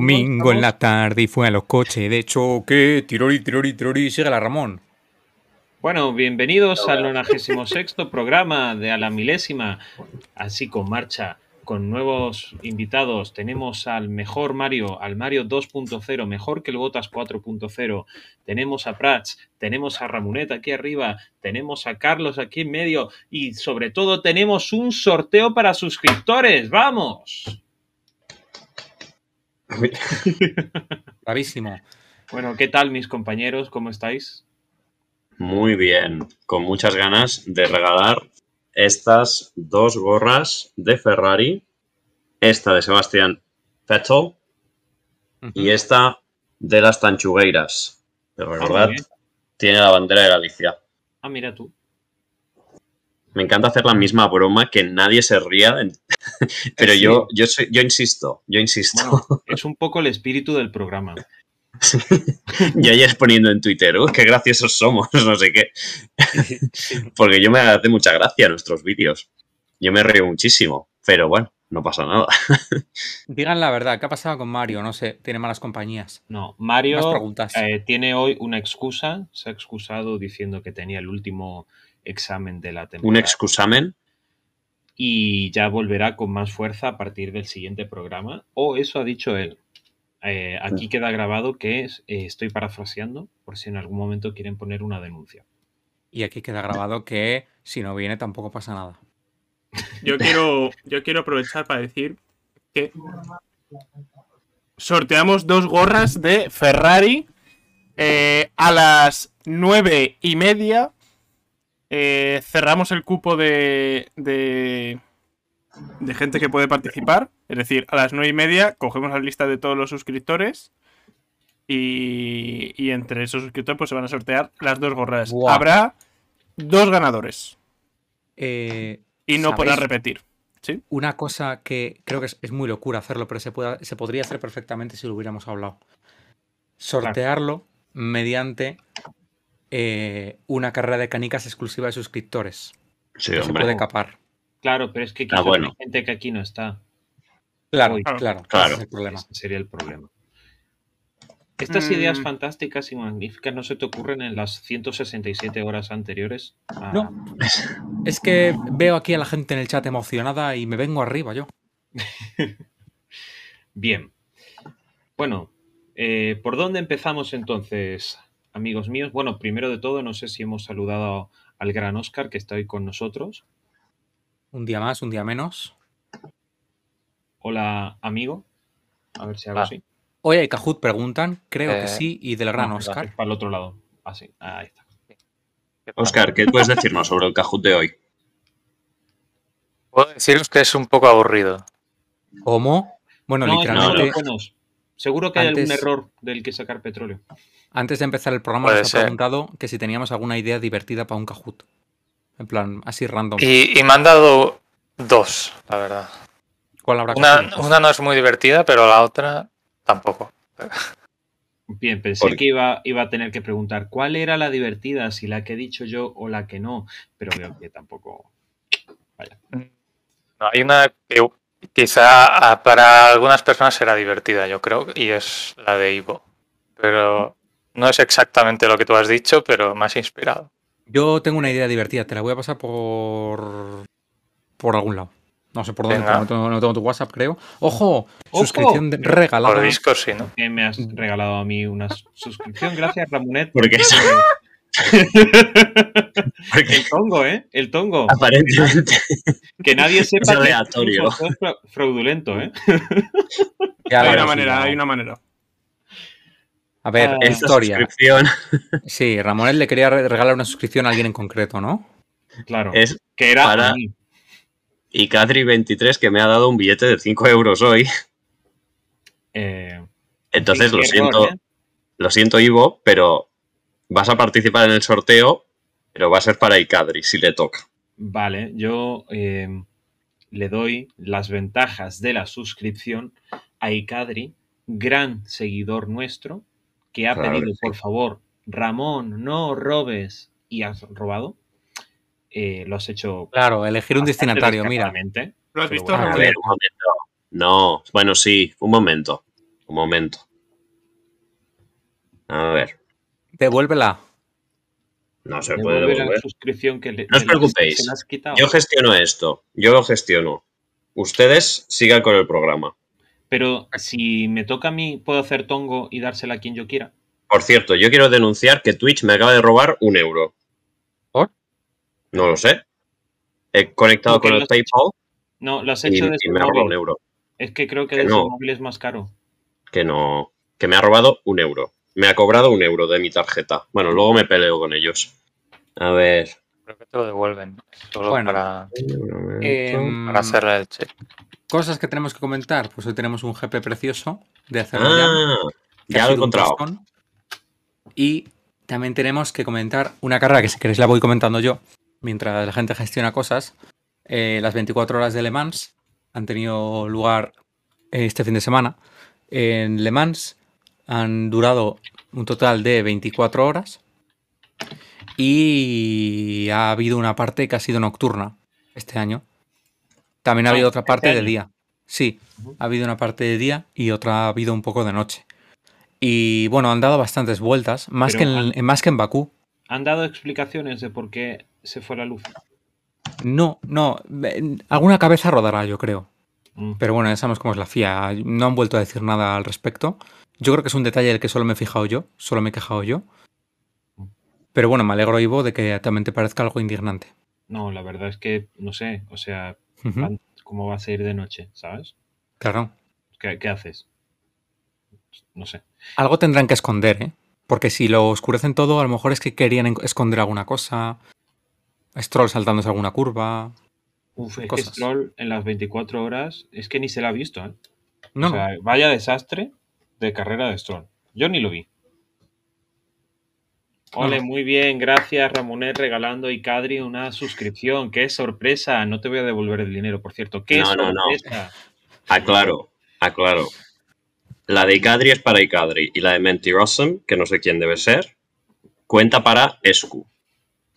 Domingo en la tarde y fue a los coches de choque. Tirori, tirori, tirori. Síguela, Ramón. Bueno, bienvenidos al 96 programa de A la Milésima, así con marcha, con nuevos invitados. Tenemos al mejor Mario, al Mario 2.0, mejor que el Botas 4.0. Tenemos a Prats, tenemos a Ramonet aquí arriba, tenemos a Carlos aquí en medio y sobre todo tenemos un sorteo para suscriptores. ¡Vamos! Clarísimo. Bueno, ¿qué tal mis compañeros? ¿Cómo estáis? Muy bien, con muchas ganas de regalar estas dos gorras de Ferrari, esta de Sebastián Vettel y esta de las Tanchugueiras. Pero Mm. Ah, recordad, muy bien. tiene la bandera de Galicia. Ah, mira tú. Me encanta hacer la misma broma que nadie se ría, en- pero Eh, eh, Sí. yo, yo, soy- yo insisto, yo insisto. Bueno, es un poco el espíritu del programa. yo ayer poniendo en Twitter, "Uh, qué graciosos somos, no sé qué. Porque yo me hace mucha gracia nuestros vídeos. Yo me río muchísimo, pero bueno, no pasa nada. Digan la verdad, ¿qué ha pasado con Mario? No sé, tiene malas compañías. No, Más Mario preguntas. eh, tiene hoy una excusa. Se ha excusado diciendo que tenía el último examen de la Un temporada. excusamen. y ya volverá con más fuerza a partir del siguiente programa. O eso ha dicho él. Eh, aquí queda grabado que es- eh, estoy parafraseando por si en algún momento quieren poner una denuncia. Y aquí queda grabado que si no viene tampoco pasa nada. Yo quiero, yo quiero aprovechar para decir que sorteamos dos gorras de Ferrari eh, a las nueve y media. eh, cerramos el cupo de, de, de gente que puede participar. Es decir, a las nueve y media cogemos la lista de todos los suscriptores. Y, y entre esos suscriptores pues, se van a sortear las dos gorras. Buah. Habrá dos ganadores. Eh, Y no podrás ¿Sabéis? repetir. una cosa que creo que es, es muy locura hacerlo, pero se, pueda- se podría hacer perfectamente si lo hubiéramos hablado. Sortearlo mediante eh, una carrera de canicas exclusiva de suscriptores. Sí, No se hombre. puede capar. Claro, pero es que quizás bueno. hay gente que aquí no está. Claro, Uy. claro, claro. Claro. Ese es el problema. Ese sería el problema. Estas ideas Mm. fantásticas y magníficas no se te ocurren en las 167 horas anteriores. a- No. Es que veo aquí a la gente en el chat emocionada y me vengo arriba yo. Bien. Bueno, eh, ¿por dónde empezamos entonces, amigos míos? Bueno, primero de todo, no sé si hemos saludado al gran Oscar que está hoy con nosotros. Un día más, un día menos. Hola, amigo. A ver si hago Ah, así. Oye, Cajut preguntan, creo Eh, que sí, y del gran no, Oscar. Es para el otro lado. Así, ahí está. ¿Qué tal? Oscar, ¿qué puedes decirnos sobre el Cajut de hoy? Puedo deciros que es un poco aburrido. ¿Cómo? Bueno, No, es literalmente, uno de los buenos. Seguro que hay algún antes- error del que sacar petróleo. antes de empezar el programa Puede nos ha ser. preguntado que si teníamos alguna idea divertida para un Cajut. En plan, así random. Y, y me han dado dos, la verdad. ¿Cuál habrá Una, cogido? una no es muy divertida, pero la otra tampoco. Bien, pensé Porque- que iba, iba a tener que preguntar cuál era la divertida, si la que he dicho yo o la que no, pero veo que tampoco. No, hay una que quizá ah, para algunas personas será divertida, yo creo, y es la de Ivo. Pero no es exactamente lo que tú has dicho, pero más inspirado. Yo tengo una idea divertida, te la voy a pasar por. por algún lado. No sé por dónde, Venga. porque no tengo, no tengo tu WhatsApp, creo. ¡Ojo! ¡Ojo! Suscripción de- Por regalada. disco sí, ¿no? Que me has regalado a mí una suscripción. Gracias, Ramonet. Porque, porque El tongo, ¿eh? El tongo. aparentemente Que nadie sepa Es que aleatorio. es un sorteo fraudulento, ¿eh? Ya hay verás, una sí, manera, no. hay una manera. A ver, Ah. esta historia. suscripción Sí, Ramonet le quería re- regalar una suscripción a alguien en concreto, ¿no? Claro. es que era para- a mí. Icadri23 que me ha dado un billete de 5 euros hoy. Eh, Entonces qué lo error, siento, ¿eh? lo siento Ivo, pero vas a participar en el sorteo, pero va a ser para Icadri si le toca. Vale, yo eh, le doy las ventajas de la suscripción a Icadri, gran seguidor nuestro, que ha Claro que pedido, sí. por favor, Ramón, no robes y has robado. Eh, lo has hecho. Claro, elegir un bastante destinatario, mira. descaradamente. ¿Lo Pero has visto, bueno, A Ramón? ver, un momento. No, bueno, sí, un momento. Un momento. A ver. Devuélvela. No se puede Devuelve la devolver. suscripción que le, No os que le- preocupéis. se la has quitado. Yo gestiono esto. Yo lo gestiono. Ustedes sigan con el programa. Pero si me toca a mí, puedo hacer tongo y dársela a quien yo quiera. Por cierto, yo quiero denunciar que Twitch me acaba de robar un euro. ¿Por? No lo sé. He conectado Porque con el lo has PayPal No, lo has y, hecho desde y el me ha robado un móvil. euro. Es que creo que Que desde no. el móvil es más caro. Que no. Que me ha robado un euro. Me ha cobrado un euro de mi tarjeta. Bueno, luego me peleo con ellos. A ver. Creo que te lo devuelven. Solo Bueno. para, Em, para hacerle el check. Cosas que tenemos que comentar. Pues hoy tenemos un GP precioso de hacer ah, ya lo he encontrado. Y también tenemos que comentar una carrera que si queréis la voy comentando yo, mientras la gente gestiona cosas. Eh, las 24 horas de Le Mans han tenido lugar eh, este fin de semana. En Le Mans han durado un total de 24 horas y ha habido una parte que ha sido nocturna este año. También ha Ah, habido este otra parte de año. día. Sí, Ujú. ha habido una parte de día y otra ha habido un poco de noche. Y bueno, han dado bastantes vueltas, más, Pero que en, han- en- más que en Bakú. ¿Han dado explicaciones de por qué se fue la luz? No, no, en- alguna cabeza rodará, yo creo. Mm. Pero bueno, ya sabemos cómo es la FIA. No han vuelto a decir nada al respecto. Yo creo que es un detalle del que solo me he fijado yo, solo me he quejado yo. Pero bueno, me alegro, Ivo, de que también te parezca algo indignante. No, la verdad es que no sé. O sea, Ujú, van- ¿cómo vas a ir de noche? ¿Sabes? Claro. ¿Qué, qué haces? No sé. Algo tendrán que esconder, ¿eh? Porque si lo oscurecen todo, a lo mejor es que querían en- esconder alguna cosa. Stroll saltándose alguna curva. Uf, es que Cosas. Stroll en las 24 horas es que ni se la ha visto. ¿eh? No, O sea, vaya desastre de carrera de Stroll. Yo ni lo vi. Ole, No, no. muy bien, gracias Ramonet regalando a Icadri una suscripción. ¡Qué sorpresa! No te voy a devolver el dinero, por cierto. ¡Qué No, no, no. sorpresa! Aclaro, aclaro. La de Icadri es para Icadri y la de Mentirosum, que no sé quién debe ser, cuenta para Escu.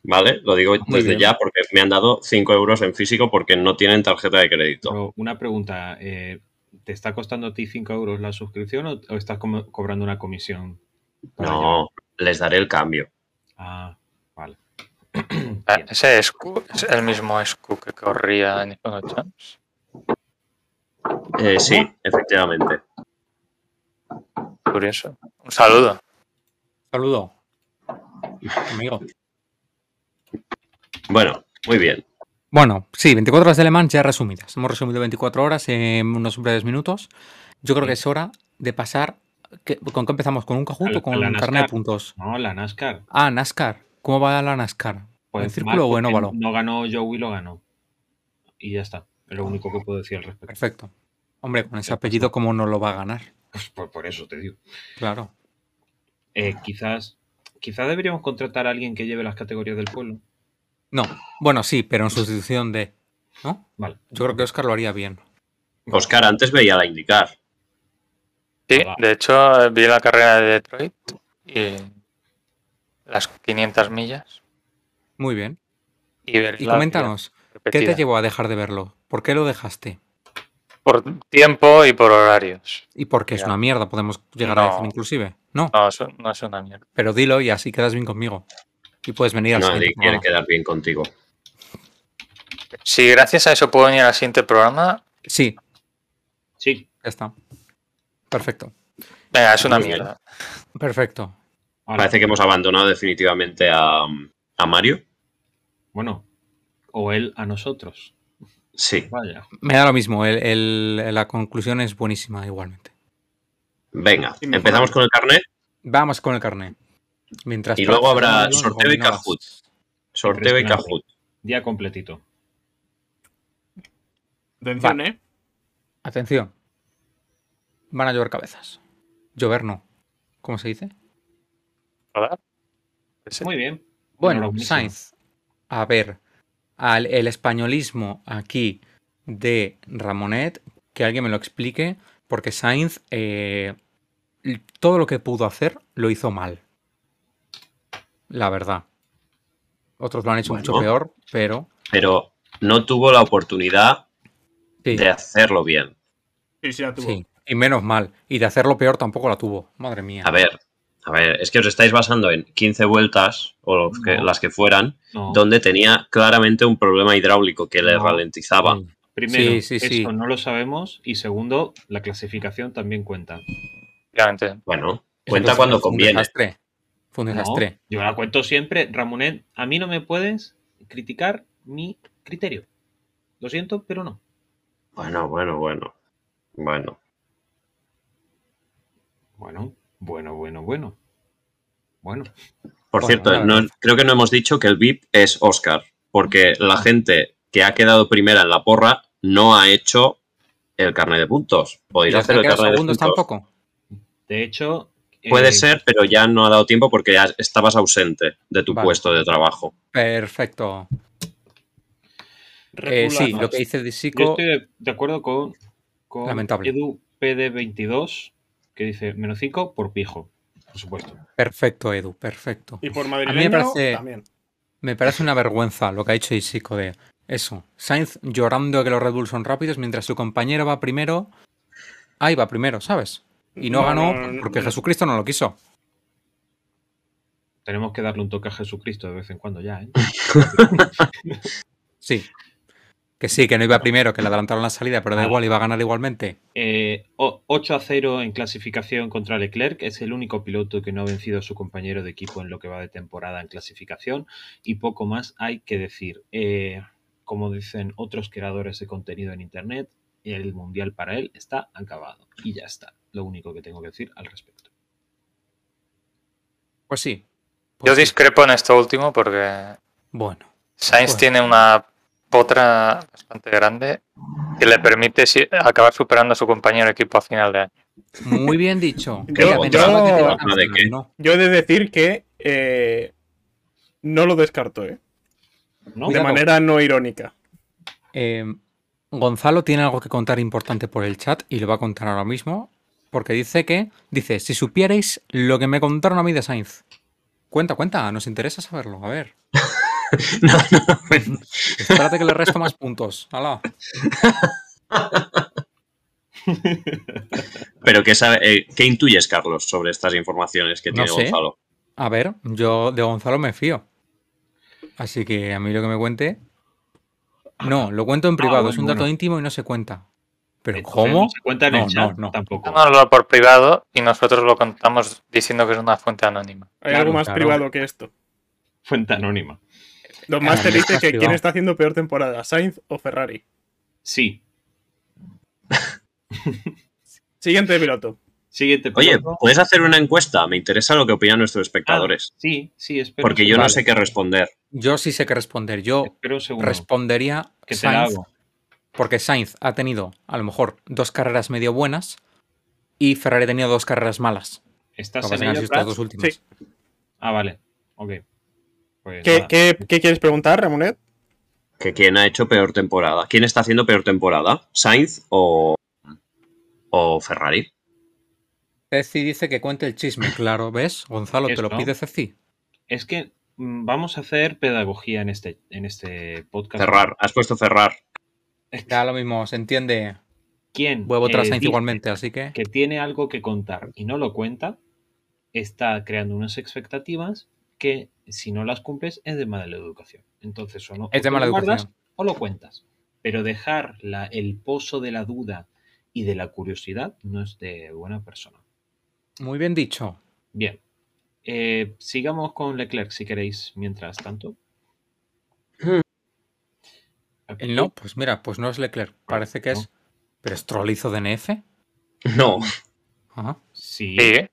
¿Vale? Lo digo Ah, Muy desde bien. ya porque me han dado 5 euros en físico porque no tienen tarjeta de Oh, crédito. Pero una pregunta, eh, ¿te está costando a ti 5 euros la suscripción o, o estás como- cobrando una comisión? para No, les daré el cambio. ello? Ah, vale. Ah, Ese SQ es el mismo SQ que corría en Nicola Champs. Eh, sí, efectivamente. Curioso. Un saludo. saludo. Amigo. Bueno, muy bien. Bueno, sí, 24 horas de Le Mans ya resumidas. Hemos resumido 24 horas en unos breves minutos. Yo creo que es hora de pasar. ¿qué- ¿Con qué empezamos? ¿Con un Al- cajuto a o con la un carnet de NASCAR. puntos? No, la NASCAR. Ah, NASCAR. ¿Cómo va la NASCAR? Pues ¿En mal, círculo o en porque óvalo? No ganó Joey, lo ganó. Y ya está. Es Ah. lo único que puedo decir al respecto. Perfecto. Hombre, con ese apellido, ¿cómo no lo va a ganar? Pues por- por eso te digo. Claro. Eh, quizás, quizás deberíamos contratar a alguien que lleve las categorías del pueblo. No, bueno, sí, pero en sustitución de. ¿No? Vale. Yo creo que Oscar lo haría bien. Oscar, antes veía la indicar. Sí, Ah, va. de hecho vi la carrera de Detroit y las 500 millas. Muy bien. Y, ver Y la coméntanos, vida ¿qué te repetida. llevó a dejar de verlo? ¿Por qué lo dejaste? Por tiempo y por horarios. ¿Y por qué es Ya. una mierda? Podemos llegar a No. decir inclusive. No. No, eso no es una mierda. Pero dilo y así quedas bien conmigo. Y puedes venir al siguiente Nadie quiere programa. quedar bien contigo. Si gracias a eso puedo venir al siguiente programa, Sí, Sí, ya está. Perfecto. venga, es una Muy bien. mierda. Perfecto. ahora, Parece que hemos abandonado definitivamente a, a Mario. bueno, o él a nosotros. Sí. Vaya. Me da lo mismo. el- el- la conclusión es buenísima igualmente. Venga, Sin mejorar. empezamos con el carnet. Vamos con el carnet. Mientras Y luego Paco se habrá va, yo me sorteo y combino las- Kahoot. Sorteo y Impresionante. Kahoot. Día completito. Atención, ¿eh? Atención. Van a llover cabezas. Llover no. ¿Cómo se dice? ¿verdad? Sí. Muy bien. Bueno, Enhorabuena. Sainz. A ver, al, el españolismo aquí de Ramonet, que alguien me lo explique, porque Sainz eh, l- todo lo que pudo hacer lo hizo mal. La verdad. Otros lo han hecho mucho Bueno. peor, pero... Pero no tuvo la oportunidad Sí, de hacerlo bien. Sí, sí, la tuvo. sí. Y menos mal. Y de hacerlo peor tampoco la tuvo. Madre mía. A ver, a ver, es que os estáis basando en 15 vueltas, o los que- No. las que fueran, No. donde tenía claramente un problema hidráulico que le No. ralentizaba. Mm. Primero, Sí, sí, eso sí. no lo sabemos. Y segundo, la clasificación también cuenta. Obviamente. Bueno, Esa cuenta cosa cuando fue un conviene. desastre. Fue un No, desastre. yo la cuento siempre. Ramonet, a mí no me puedes criticar mi criterio. Lo siento, pero no. Bueno, bueno, bueno. Bueno, Bueno, bueno, bueno, bueno. Bueno, por Bueno, cierto, nada. no- creo que no hemos dicho que el VIP es Oscar, porque la Ah. gente que ha quedado primera en la porra no ha hecho el carnet de puntos. ¿Y Podéis los hacer que el quedaron carnet de puntos. segundos tampoco? de hecho. eh, Puede ser, pero ya no ha dado tiempo porque ya estabas ausente de tu Vale. puesto de trabajo. Perfecto. Eh, sí, lo que dice Yo Disico. estoy de, de acuerdo con, con Lamentable. Edu PD22, que dice menos 5 por pijo, por supuesto. Perfecto, Edu, perfecto. Y por me madrileño parece- también. Me parece una vergüenza lo que ha dicho Isico de eso. Sainz llorando que los Red Bull son rápidos mientras su compañero va primero. Ahí va primero, ¿sabes? Y no, No, ganó no, no, porque no. Jesucristo no lo quiso. Tenemos que darle un toque a Jesucristo de vez en cuando ya, ¿eh? Sí. Que sí, que no iba primero, que le adelantaron la salida, pero da Vale. igual, iba a ganar igualmente. Eh, o- 8 a 0 en clasificación contra Leclerc. Es el único piloto que no ha vencido a su compañero de equipo en lo que va de temporada en clasificación. Y poco más hay que decir. Eh, como dicen otros creadores de contenido en Internet, el Mundial para él está acabado. Y ya está. Lo único que tengo que decir al respecto. Pues sí. Pues Yo sí. discrepo en esto último porque Bueno, Sainz Bueno. tiene una potra bastante grande que le permite si- acabar superando a su compañero de equipo a final de año. muy bien dicho. Yo- Mira, yo- pensaba que te iba a ¿De qué? no. Yo he de decir que eh, no lo descarto, ¿eh? ¿No? De Cuidado. manera no irónica. Eh, Gonzalo tiene algo que contar importante por el chat y lo va a contar ahora mismo. Porque dice que, dice, si supierais lo que me contaron a mí de Sainz. Cuenta, cuenta, nos interesa saberlo. A ver, No, no, espérate que le resto más puntos. Hala. Pero ¿qué, sabe- eh, qué intuyes, Carlos, sobre estas informaciones que No tiene sé. Gonzalo? A ver, yo de Gonzalo me fío. Así que a mí lo que me cuente. No, lo cuento en privado, bueno, es un dato bueno. íntimo y no se cuenta. ¿Pero Entonces, cómo? No se cuenta en No, el chat no, no. tampoco. Uno lo da por privado y nosotros lo contamos diciendo que es una fuente anónima. Hay Claro, algo más claro. privado que esto. Fuente anónima. Los Master Claro, dice más que quién privado. está haciendo peor temporada, Sainz o Ferrari. Sí. Siguiente piloto. Siguiente Oye, piloto. ¿puedes hacer una encuesta? Me interesa lo que opinan nuestros Ah, espectadores. sí, sí, espero. porque yo no vale. sé qué responder. Yo sí sé qué responder. Yo Espera un segundo. respondería que te la Sainz hago. Porque Sainz ha tenido, a lo mejor, dos carreras medio buenas y Ferrari ha tenido dos carreras malas. Lo ¿Estás que pasa en es que han ello, sido Prats? estas dos últimas. Sí. Ah, vale. Ok. Pues ¿Qué, nada. qué- qué quieres preguntar, Ramonet? Que quién ha hecho peor temporada. ¿Quién está haciendo peor temporada? ¿Sainz o, o Ferrari? Ceci dice que cuente el chisme, claro, ¿ves? Gonzalo, te Eso. lo pide Ceci. Es que mm, vamos a hacer pedagogía en este, en este podcast. Ferrar, has puesto Ferrar. Ya lo mismo, se entiende. ¿Quién Huevo tras eh, Sainz dice igualmente, así que. que tiene algo que contar y no lo cuenta, está creando unas expectativas que si no las cumples es de mala educación. Entonces, o no, Es o de te mala lo guardas educación. o lo cuentas. Pero dejar la- el pozo de la duda y de la curiosidad no es de buena persona. Muy bien dicho. Bien. Eh, sigamos con Leclerc, si queréis, mientras tanto. El no, pues mira, pues no es Leclerc, parece que es. No. Pero es trolizo de NF. No, Ajá. Sí, Sí, ¿eh?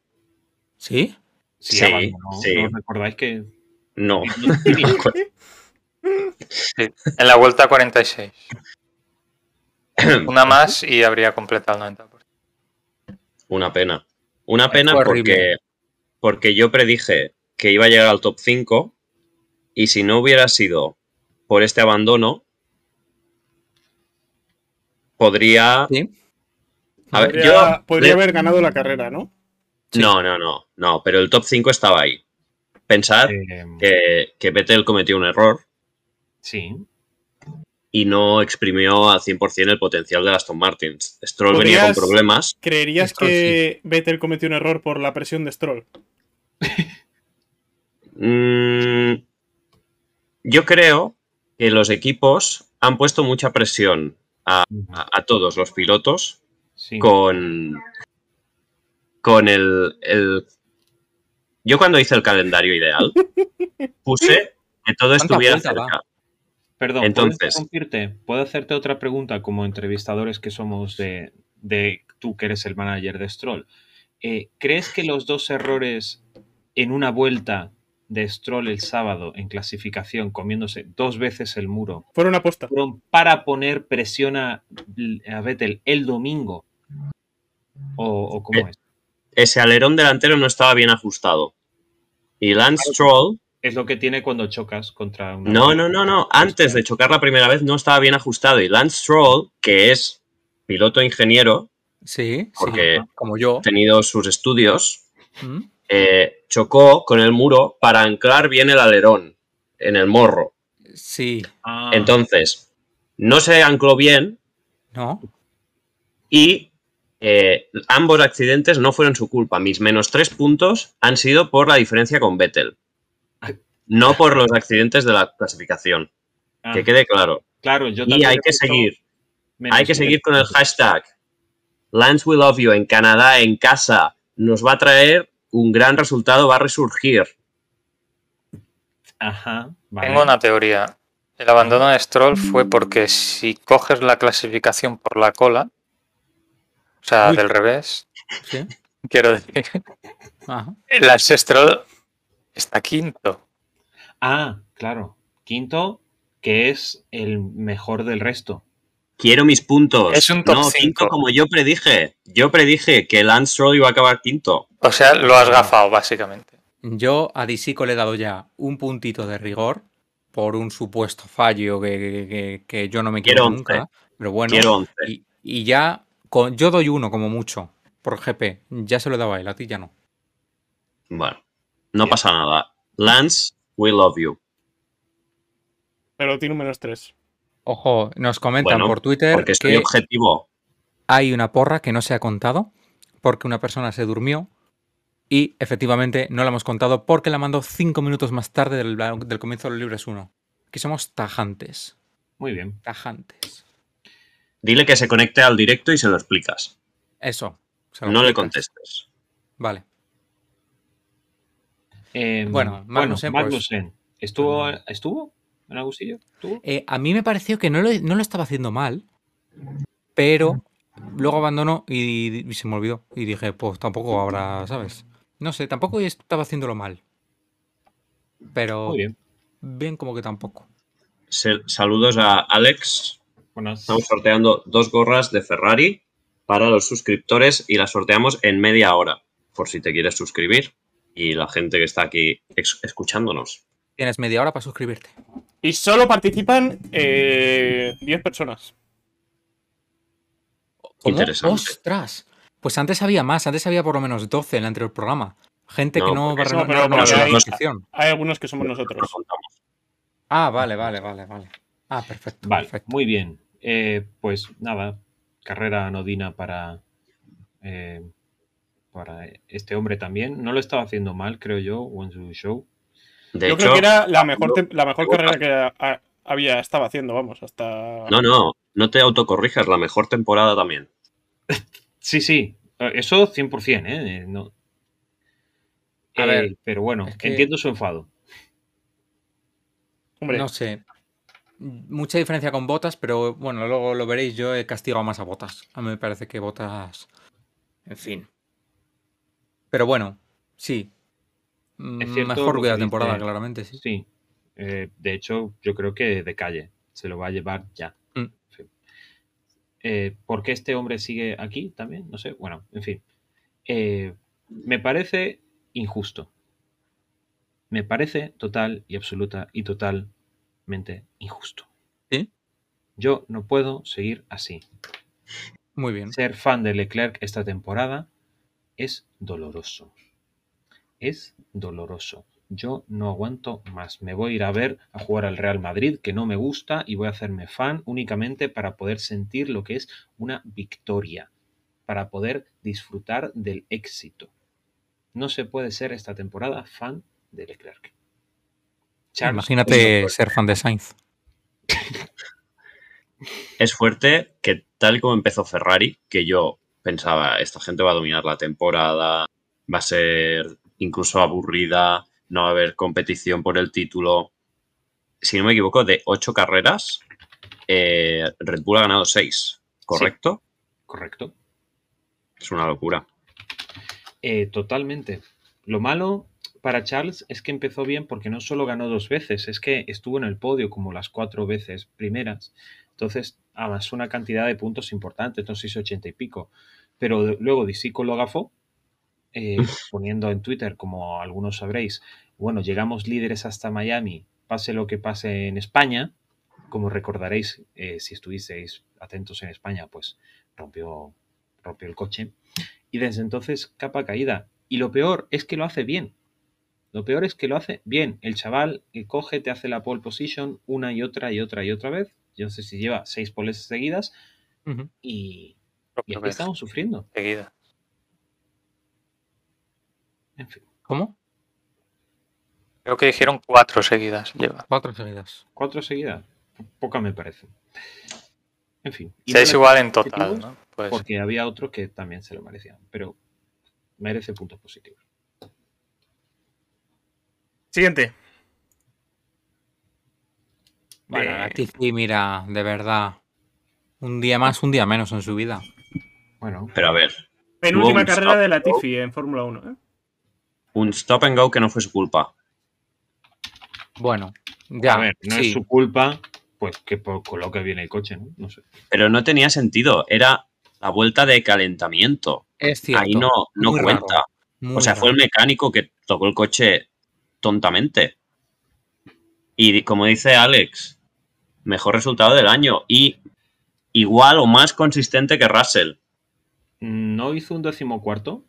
¿Sí? sí, Sí, abandonó. sí. ¿No os recordáis que... no. en la vuelta 46. Una más y habría completado el 90%. Una pena. Una pena Fue horrible. porque, porque yo predije que iba a llegar al top 5 y si no hubiera sido por este abandono, podría... Sí. A ver, Podría, yo- podría le- haber ganado la carrera, ¿no? No, no, no, no, pero el top 5 estaba ahí. Pensad eh, que, que Vettel cometió un error sí, y no exprimió al 100% el potencial de Aston Martins. Stroll venía con Podrías- problemas. ¿Creerías Stroll, que Vettel cometió un error por la presión de Stroll? Mm, yo creo que los equipos han puesto mucha presión Ah, a, a todos los pilotos Sí. con, con el, el- Yo cuando hice el calendario ideal, puse que todo ¿Cuánta estuviera vuelta va? cerca. Perdón, Entonces- ¿puedo interrumpirte? ¿Puedo hacerte otra pregunta como entrevistadores que somos de, de tú que eres el manager de Stroll? Eh, ¿Crees que los dos errores en una vuelta de Stroll el sábado en clasificación, comiéndose dos veces el muro, Fue una apuesta. fueron para poner presión a, a Vettel el domingo? ¿O, o cómo Eh, es? Ese alerón delantero no estaba bien ajustado. Y Lance Stroll, Es lo que tiene cuando chocas contra una. no, no, no, no, antes de chocar la primera vez no estaba bien ajustado. Y Lance Stroll, que es piloto ingeniero, Sí, sí. Porque- Como yo. ha tenido sus estudios, ¿Mm? eh, chocó con el muro para anclar bien el alerón en el morro. Sí. Ah, Entonces, no se ancló bien No. Y eh, ambos accidentes no fueron su culpa. Mis menos tres puntos han sido por la diferencia con Vettel. No por los accidentes de la clasificación. ah, Que quede claro. claro, yo Y también hay he que puesto seguir. menos Hay que tres. seguir con el hashtag. Lance We Love You en Canadá, en casa, nos va a traer un gran resultado, va a resurgir. Ajá, vale. Tengo una teoría. El abandono de Stroll fue porque si coges la clasificación por la cola, o sea, Uy. del revés, Sí. Ah, quiero decir, Ajá. las Stroll está quinto. Ah, claro. Quinto, que es el mejor del resto. Quiero mis puntos. Es un top no, cinco. quinto como yo predije. Yo predije que Lance Stroll iba a acabar quinto. O sea, lo has gafado, básicamente. Yo a Disico le he dado ya un puntito de rigor por un supuesto fallo que, que- que- que yo no me Quiero quiero once. nunca. Pero bueno, Quiero 11. y, y ya con, yo doy uno como mucho por GP. Ya se lo he dado a él, a ti ya no. Bueno, no pasa nada. Lance, we love you. Pero tiene un menos 3. Ojo, nos comentan Bueno, por Twitter Porque soy que objetivo. hay una porra que no se ha contado porque una persona se durmió y efectivamente no la hemos contado porque la mandó cinco minutos más tarde del, del comienzo de los libres 1. Aquí somos tajantes, Muy bien. tajantes. Dile que se conecte al directo y se lo explicas. Eso. se lo No le explicas. contestes. Vale. Eh, Bueno, Magnussen, pues. Magnussen. ¿Estuvo, Ah. ¿Estuvo en Agustillo? ¿Estuvo? Eh, a mí me pareció que no lo, no lo estaba haciendo mal, pero luego abandonó y, y se me olvidó. Y dije, pues tampoco ahora, ¿sabes? No sé, tampoco estaba haciéndolo mal. Pero Muy bien. bien como que tampoco. Se- saludos a Alex. Buenas. Estamos sorteando dos gorras de Ferrari para los suscriptores y las sorteamos en media hora, por si te quieres suscribir y la gente que está aquí ex- escuchándonos. Tienes media hora para suscribirte. Y solo participan eh, 10 personas. ¿Cómo? Interesante. ¡Ostras! Pues antes había más, antes había por lo menos 12 en el anterior programa. Gente que No, no va a porque eso- reno- no pero- ha pero renovado hay- la suscripción. Hay algunos que somos Lo nosotros. contamos. Ah, vale, vale, vale, vale. Ah, perfecto, Vale, perfecto. muy bien. Eh, pues nada, carrera anodina para, eh, para este hombre también. No lo estaba haciendo mal, creo yo, One Two Show. De Yo hecho, creo que era la mejor, no- tem- la mejor no- carrera que a- había, estaba haciendo, vamos, hasta... no, no, no te autocorrijas, la mejor temporada también. Sí, sí, eh, eso 100%, ¿eh? Eh, No. A Eh, ver, pero bueno, es que- entiendo su enfado. Hombre, No sé. Mucha diferencia con botas, pero bueno, luego lo veréis. Yo he castigado más a botas. A mí me parece que botas. En fin. Pero bueno, sí. Mm, Es cierto Mejor lo que la que temporada, dice- claramente, sí. Sí. Eh, de hecho, yo creo que de calle. Se lo va a llevar ya. Mm. En fin. Eh, ¿Por qué este hombre sigue aquí también? No sé. Bueno, en fin. Eh, me parece injusto. Me parece total y absoluta y totalmente injusto. ¿Sí? Yo no puedo seguir así. Muy bien. Ser fan de Leclerc esta temporada es doloroso. Es doloroso. yo no aguanto más. Me voy a ir a ver a jugar al Real Madrid, que no me gusta, y voy a hacerme fan únicamente para poder sentir lo que es una victoria, para poder disfrutar del éxito. No se puede ser esta temporada fan de Leclerc. Charles Imagínate ser fan de Sainz. Es fuerte que tal como empezó Ferrari, que yo pensaba, esta gente va a dominar la temporada, va a ser incluso aburrida, no va a haber competición por el título. Si no me equivoco, de ocho carreras, eh, Red Bull ha ganado seis, ¿correcto? Sí, correcto. Es una locura. Eh, totalmente. Lo malo para Charles es que empezó bien porque no solo ganó dos veces, es que estuvo en el podio como las cuatro veces primeras. Entonces avanzó una cantidad de puntos importantes, entonces hizo ochenta y pico. Pero luego Disico lo agafó, eh, poniendo en Twitter, como algunos sabréis, bueno, llegamos líderes hasta Miami, pase lo que pase en España, como recordaréis, eh, si estuvisteis atentos en España, pues rompió, rompió el coche. Y desde entonces, capa caída. Y lo peor es que lo hace bien. Lo peor es que lo hace bien. El chaval que coge, te hace la pole position una y otra y otra y otra vez. Yo no sé si lleva seis poles seguidas. Uh -huh. Y, y aquí estamos sufriendo. Seguida. En fin. ¿Cómo? Creo que dijeron cuatro seguidas. Lleva. Cuatro seguidas. Cuatro seguidas. Poca me parece. En fin. Seis igual en total, ¿no? Pues... Porque había otros que también se lo merecían. Pero merece puntos positivos. Siguiente. Bueno, la Tizi, mira, de verdad. Un día más, un día menos en su vida. Bueno. Pero a ver. Penúltima carrera de la Tifi en Fórmula 1. ¿eh? Un stop and go que no fue su culpa. Bueno, ya. A ver, no sí. es su culpa, pues que coloque bien el coche, ¿no? No sé. Pero no tenía sentido. Era la vuelta de calentamiento. Es cierto. Ahí no, no Muy cuenta. O sea, raro. fue el mecánico que tocó el coche tontamente. Y como dice Alex, mejor resultado del año y igual o más consistente que Russell. ¿No hizo un decimocuarto?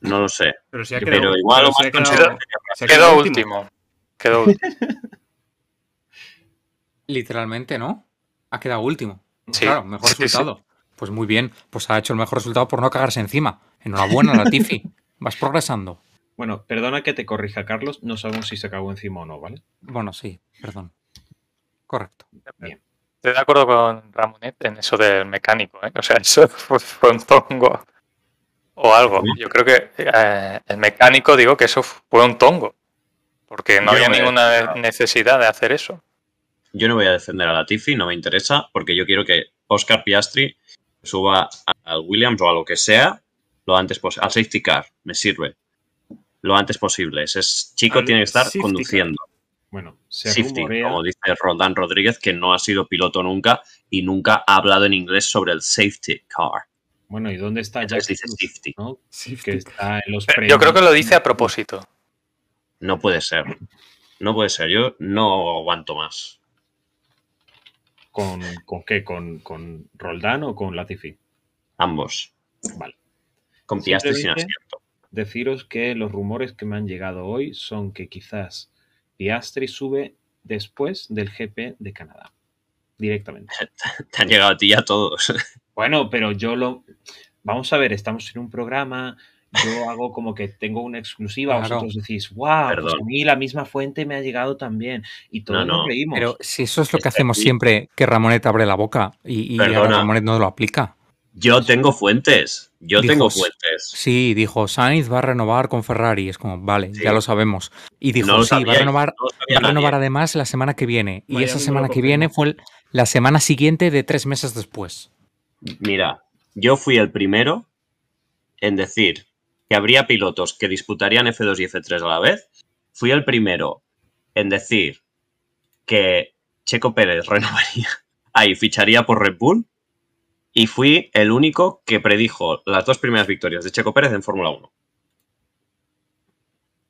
No lo sé. Pero si ha Pero, quedado, igual pero o más si ha quedado- consistente que se ha Quedó último. Quedó último. Literalmente, ¿no? Ha quedado último. Sí. Claro, mejor Sí, sí. resultado. Pues muy bien, pues ha hecho el mejor resultado por no cagarse encima. Enhorabuena, Latifi. Vas progresando. Bueno, perdona que te corrija, Carlos. No sabemos si se acabó encima o no, ¿vale? Bueno, sí, perdón. Correcto. Estoy de acuerdo con Ramonet en eso del mecánico, ¿eh? O sea, eso fue fue un tongo o algo. Yo creo que eh, el mecánico, digo que eso fue un tongo. Porque Yo no había no me- ninguna necesidad de hacer eso. Yo no voy a defender a Latifi, no me interesa, porque yo quiero que Oscar Piastri suba a- al Williams o a lo que sea lo antes posible. Al safety car, me sirve. Lo antes posible. Ese es- chico Al tiene que estar safety car. conduciendo. Bueno, se Safety, rumorea. como dice Roldán Rodríguez, que no ha sido piloto nunca y nunca ha hablado en inglés sobre el safety car. Bueno, ¿y dónde está Jack? Entonces dice Cruz, safety. ¿no? Sí, Que sí. está en los Pero premios. yo creo que lo dice a propósito. No puede ser. No puede ser. Yo no aguanto más. ¿Con, con qué? ¿Con, ¿Con Roldán o con Latifi? Ambos. Vale. Con Piastri sin Simplemente- acierto. deciros que los rumores que me han llegado hoy son que quizás Piastri sube después del GP de Canadá, directamente. Te han llegado a ti ya todos. Bueno, pero yo lo... Vamos a ver, estamos en un programa, yo hago como que tengo una exclusiva, Claro. vosotros decís, wow, pues Perdón. a mí la misma fuente me ha llegado también, y todos No, no, nos reímos. Pero si eso es lo que Está hacemos aquí. siempre, que Ramonet abre la boca y, y ahora Perdona. Ramonet no lo aplica. Yo tengo fuentes. Yo Dijo, tengo sí. fuentes. Sí, dijo Sainz va a renovar con Ferrari. Es como, vale, Sí. ya lo sabemos. Y dijo, No lo sí, va a sabíais, renovar, no lo sabía va a renovar nadie. además la semana que viene. Y Miami esa me lo semana que confirmó. viene fue el- la semana siguiente de tres meses después. Mira, yo fui el primero en decir que habría pilotos que disputarían F2 y F3 a la vez. Fui el primero en decir que Checo Pérez renovaría. Ahí ficharía por Red Bull. Y fui el único que predijo las dos primeras victorias de Checo Pérez en Fórmula 1.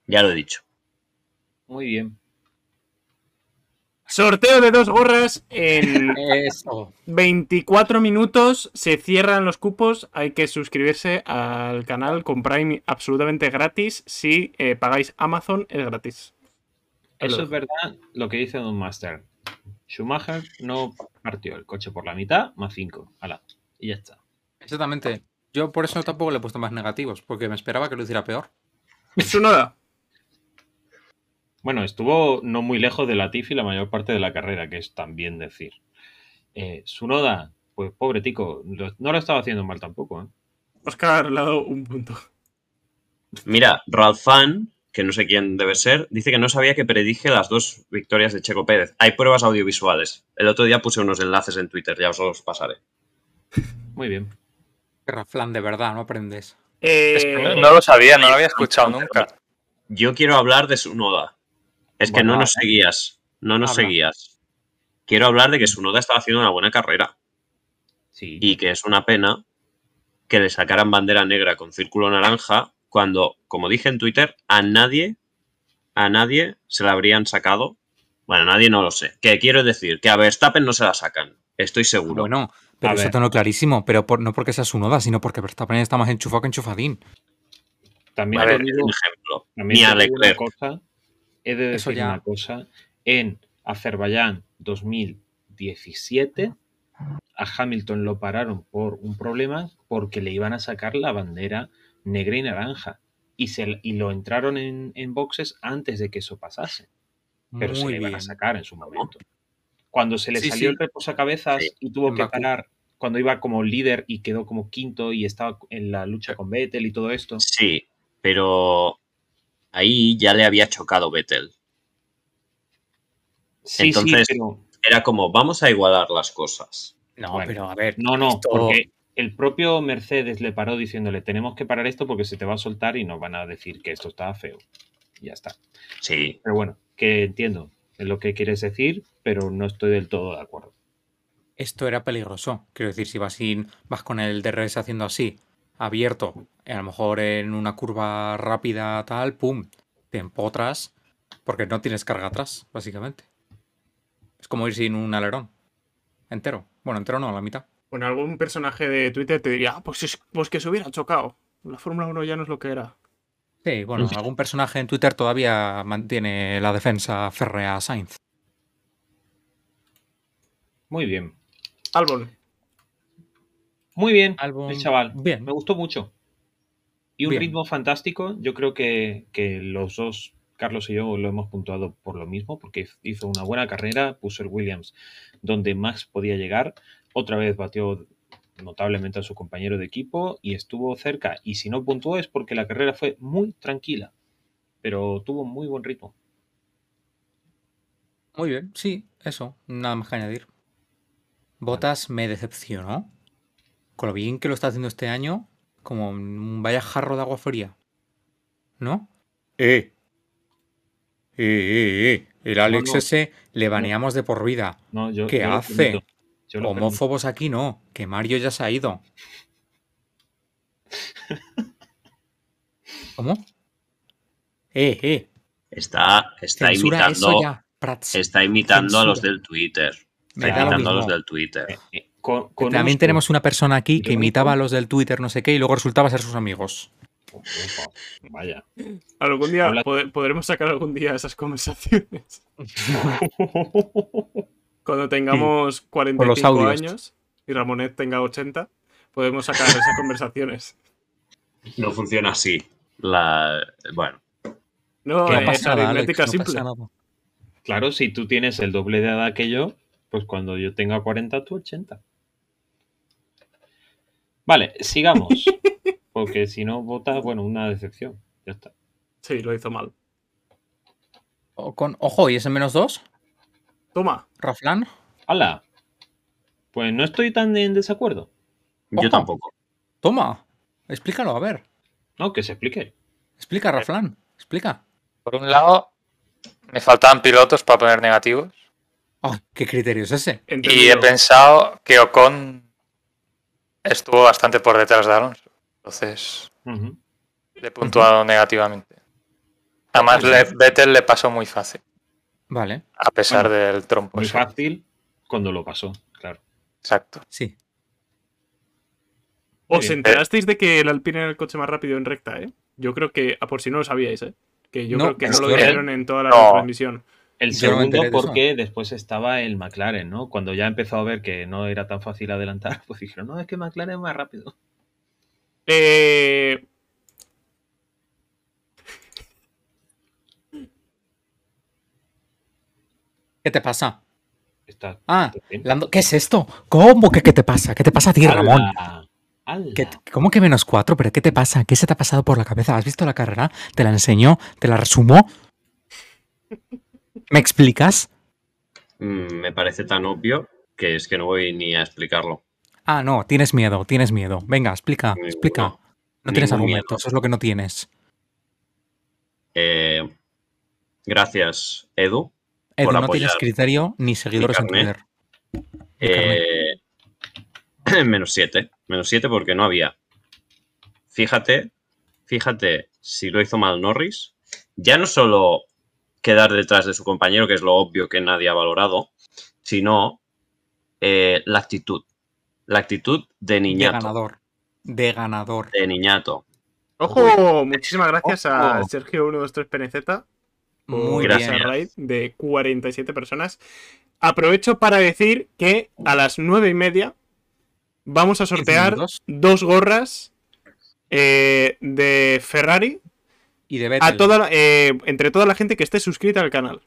Ya lo he dicho. Muy bien. Sorteo de dos gorras en Eso. 24 minutos. Se cierran los cupos. Hay que suscribirse al canal con Prime absolutamente gratis. Si eh, pagáis Amazon, es gratis. Ahí lo Eso es dejo. verdad lo que dice Don Master. Schumacher no partió el coche por la mitad, más 5. Y ya está. Exactamente. Yo por eso tampoco le he puesto más negativos, porque me esperaba que lo hiciera peor. Tsunoda. Bueno, estuvo no muy lejos de Latifi la mayor parte de la carrera, que es también decir. Eh, Sunoda, pues pobre tico, lo- no lo estaba haciendo mal tampoco. ¿eh? Oscar le ha dado un punto. Mira, Ralfan, que no sé quién debe ser, dice que no sabía que predije las dos victorias de Checo Pérez. Hay pruebas audiovisuales. El otro día puse unos enlaces en Twitter, ya os los pasaré. Muy bien. Qué raflán, de verdad, no aprendes. Es que no, Eh, no lo sabía, no lo había escuchado nunca. Yo quiero hablar de su noda. Es que Bueno, no nos seguías. No nos habla. seguías. Quiero hablar de que su noda estaba haciendo una buena carrera Sí. y que es una pena que le sacaran bandera negra con círculo naranja cuando, como dije en Twitter, a nadie, a nadie se la habrían sacado. Bueno, a nadie no lo sé. Que quiero decir que a Verstappen no se la sacan. Estoy seguro. Bueno, pero A eso ver. tenlo clarísimo, pero por- no porque sea su noda, sino porque Verstappen está más enchufado que enchufadín. También a te ver, es digo- un ejemplo. También Ni a te digo una Leclerc. cosa, he de Eso decir ya. una cosa. En Azerbaiyán 2017, a Hamilton lo pararon por un problema porque le iban a sacar la bandera negra y naranja. Y, se, y lo entraron en, en boxes antes de que eso pasase. Pero se Muy le iban bien. a sacar en su momento. Cuando se le Sí, salió sí. el reposacabezas Sí, y tuvo en que Bakú. parar, cuando iba como líder y quedó como quinto y estaba en la lucha con Vettel y todo esto. Sí, pero ahí ya le había chocado Vettel. Sí, Entonces, sí, pero Era como, vamos a igualar las cosas. No, Bueno. pero a ver. No, no, Esto- porque el propio Mercedes le paró diciéndole, tenemos que parar esto porque se te va a soltar y nos van a decir que esto está feo. Ya está. Sí, Pero bueno, que entiendo lo que quieres decir, pero no estoy del todo de acuerdo. Esto era peligroso. Quiero decir, si vas, sin- vas con el DRS haciendo así, abierto, a lo mejor en una curva rápida tal, pum, te empotras porque no tienes carga atrás, básicamente. Es como ir sin un alerón entero. Bueno, entero no, a la mitad. Bueno, algún personaje de Twitter te diría, "Ah, pues, es- pues que se hubiera chocado. La Fórmula 1 ya no es lo que era. Sí, bueno, algún personaje en Twitter todavía mantiene la defensa férrea a Sainz. Muy bien. Albon. Muy bien, Albon, el chaval. Bien. Me gustó mucho. Y un Bien. ritmo fantástico. Yo creo que, que los dos, Carlos y yo, lo hemos puntuado por lo mismo, porque hizo una buena carrera, puso el Williams donde Max podía llegar. Otra vez batió notablemente a su compañero de equipo y estuvo cerca. Y si no puntuó es porque la carrera fue muy tranquila, pero tuvo muy buen ritmo. Muy bien, sí, eso, nada más que añadir. Botas me decepcionó. Con lo bien que lo está haciendo este año, como un vaya jarro de agua fría. ¿No? Eh. Eh, eh, eh. El Alex no. ese le baneamos de por vida. No, yo, ¿Qué yo lo hace? permito. Yo lo permito. Homófobos aquí no, que Mario ya se ha ido. ¿Cómo? Eh, eh. está, está Censura eso imitando, ya, Prats. está imitando a los Censura. del Twitter. Me Está da lo imitando a los mismo. del Twitter. Eh, eh, con- con También unos- tenemos una persona aquí que Irónico. imitaba a los del Twitter, no sé qué, y luego resultaba ser sus amigos. Opa, Vaya. Algún día Habla- pode- podremos sacar algún día esas conversaciones. Cuando tengamos Mm. Con los 45 audios. años y Ramonet tenga 80, podemos sacar esas conversaciones. No funciona así. La, bueno, No, ¿Qué eh, ha pasado, aritmética Alex? No simple. pasa nada. Claro, si tú tienes el doble de edad que yo, pues cuando yo tenga 40, tú 80. Vale, sigamos. Porque si no vota, bueno, una decepción. Ya está. sí, lo hizo mal. O con, ojo, ¿y ese menos dos? Toma. ¿Raflan? ¡Hala! Pues no estoy tan en desacuerdo. Ojo. yo tampoco. Toma, explícalo, a ver. No, que se explique. Explica, Raflan, explica. Por un lado, me faltaban pilotos para poner negativos. Ay, Oh, ¿Qué criterio es ese? Y he entendido. pensado que Ocon estuvo bastante por detrás de Alonso. Entonces, Ujú. le he puntuado negativamente. Además, le- Vettel le pasó muy fácil. Vale. a pesar del Pues trompo. Muy ese. fácil cuando lo pasó, claro. Exacto. Sí. Os Bien. enterasteis de que el Alpine era el coche más rápido en recta, ¿eh? Yo creo que, a por si no lo sabíais, ¿eh? Que yo No, creo que no es lo que- dijeron en toda la No. transmisión. El Yo no me segundo enteré de eso. porque después estaba el McLaren, ¿no? Cuando ya empezó a ver que no era tan fácil adelantar, pues dijeron, no, es que McLaren es más rápido. Eh... ¿Qué te pasa? Está Ah, está bien. Lando, ¿qué es esto? ¿Cómo que qué te pasa? ¿Qué te pasa a ti, Ramón? ¡Hala! ¡Hala! ¿Qué- ¿Cómo que menos cuatro? ¿Pero qué te pasa? ¿Qué se te ha pasado por la cabeza? ¿Has visto la carrera? ¿Te la enseñó? ¿Te la resumó? ¿Me explicas? Mm, me parece tan obvio que es que no voy ni a explicarlo. Ah, no, tienes miedo, tienes miedo. Venga, explica, Ninguno. explica. No tienes Ningún argumento, miedo. eso es lo que no tienes. Eh, gracias, Edu. Edu, Por no tienes apoyar criterio ni seguidores en carnet. Twitter. Mi carnet. Eh, menos 7. Menos 7 porque no había. Fíjate, fíjate si lo hizo mal Norris. Ya no solo quedar detrás de su compañero, que es lo obvio que nadie ha valorado, sino eh, la actitud. La actitud de de niñato. ganador. De ganador. De niñato. ¡Ojo! Muchísimas gracias a Ojo. Sergio123PNZ Muy Gracias. bien. esa raid de 47 personas. Aprovecho para decir que a las 9 y media vamos a sortear minutos. dos gorras eh, de Ferrari Y de a Vettel. toda, la- eh, entre toda la gente que esté suscrita al canal.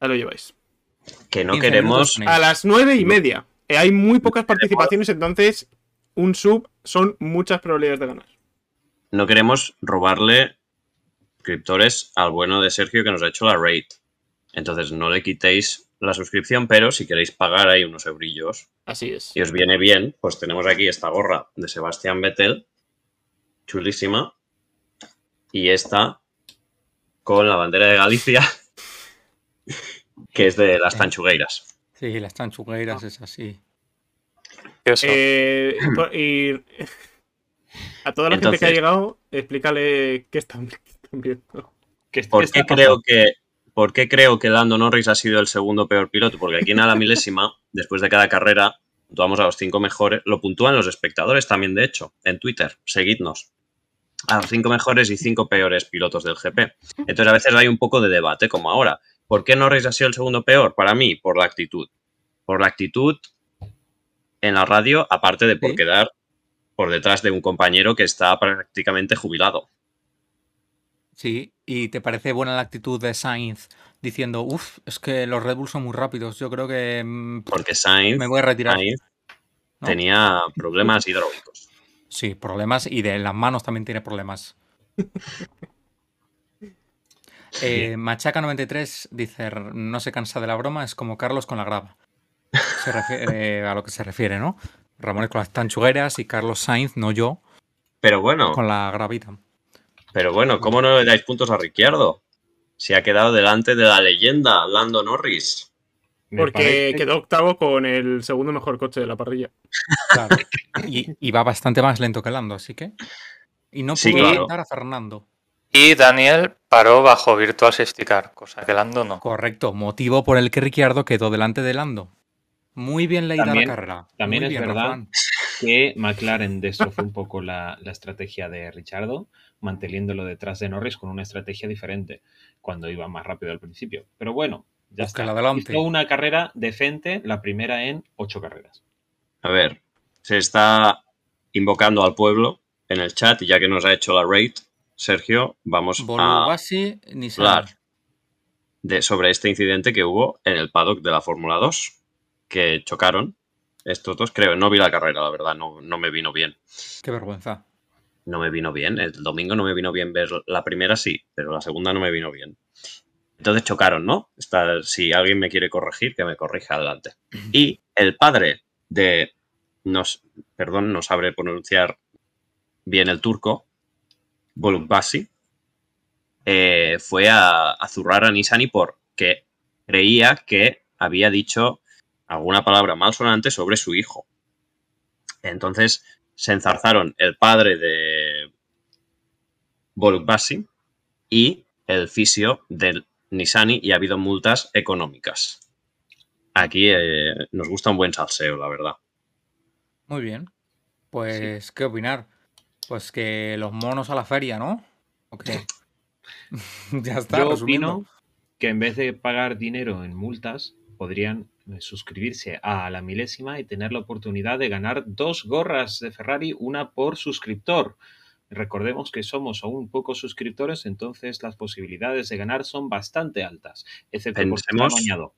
Ahí lo lleváis. Que no 15 queremos. minutos A las 9 y media. Eh, hay muy pocas participaciones, entonces un sub son muchas probabilidades de ganar. no queremos robarle suscriptores al bueno de Sergio que nos ha hecho la raid. Entonces no le quitéis la suscripción, pero si queréis pagar ahí unos eurillos Así es. y os viene bien, pues tenemos aquí esta gorra de Sebastián Vettel, chulísima, y esta con la bandera de Galicia, que es de las Tanchugueiras. Sí, las tanchugueiras es así. Eso. Eh, y por- y a toda la gente que ha Entonces- llegado, explícale qué están, qué están viendo. ¿Qué está- ¿Por qué qué está creo pasando? que, ¿Por qué creo que Lando Norris ha sido el segundo peor piloto? Porque aquí en a la milésima, después de cada carrera, puntuamos a los cinco mejores. Lo puntúan los espectadores también, de hecho, en Twitter. Seguidnos. A los cinco mejores y cinco peores pilotos del GP. Entonces, a veces hay un poco de debate, como ahora. ¿Por qué Norris ha sido el segundo peor? Para mí, por la actitud. Por la actitud en la radio, aparte de por Sí. quedar por detrás de un compañero que está prácticamente jubilado. Sí, y te parece buena la actitud de Sainz diciendo, uff, es que los Red Bull son muy rápidos, yo creo que mm, Porque Sainz me voy a retirar. Sainz ¿no? tenía problemas hidráulicos. Sí, problemas y de las manos también tiene problemas. Eh, Machaca93 dice, no se cansa de la broma, es como Carlos con la grava. Se refiere eh, a lo que se refiere, ¿no? Ramones con las tanchugueras y Carlos Sainz, no yo, Pero bueno, con la gravita. pero bueno, ¿cómo no le dais puntos a Ricciardo? Se ha quedado delante de la leyenda, Lando Norris. Me Porque parece- quedó octavo con el segundo mejor coche de la parrilla. Claro. Y, y va bastante más lento que Lando, así que... Y no pudo Sí, sí, claro. a Fernando. Y Daniel paró bajo Virtual Safety Car, cosa que Lando no. Correcto, motivo por el que Ricciardo quedó delante de Lando. Muy bien leída También- la carrera. también Muy es bien, verdad Rafael. que McLaren destrozó un poco la, la estrategia de Richardo, manteniéndolo detrás de Norris con una estrategia diferente, cuando iba más rápido al principio. Pero bueno, Busca ya está. el adelante. Hizo una carrera decente, la primera en ocho carreras. A ver, se está invocando al pueblo en el chat y ya que nos ha hecho la raid, Sergio, vamos a Bolubashi, Ah, ni se hablar de, sobre este incidente que hubo en el paddock de la Fórmula 2, que chocaron estos dos, creo. No vi la carrera, la verdad, no, no me vino bien. Qué vergüenza. no me vino bien. El domingo no me vino bien ver la primera, sí, pero la segunda no me vino bien. Entonces chocaron, ¿no? Está- si alguien me quiere corregir, que me corrija adelante. Y el padre de. Nos, perdón, no sabré pronunciar bien el turco, Volukbasi, eh, fue a, a zurrar a Nisani porque creía que había dicho alguna palabra malsonante sobre su hijo. Entonces se enzarzaron el padre de Volkbasi y el fisio del Nissani y ha habido multas económicas. Aquí eh, nos gusta un buen salseo, la verdad. Muy bien. Pues, ¿qué opinar? Pues que los monos a la feria, ¿no? Ok. ya está, Yo resumiendo. opino que en vez de pagar dinero en multas, podrían eh, suscribirse a la milésima y tener la oportunidad de ganar dos gorras de Ferrari, una por suscriptor. Recordemos que somos aún pocos suscriptores, entonces las posibilidades de ganar son bastante altas, excepto por Pensemos- tamañado.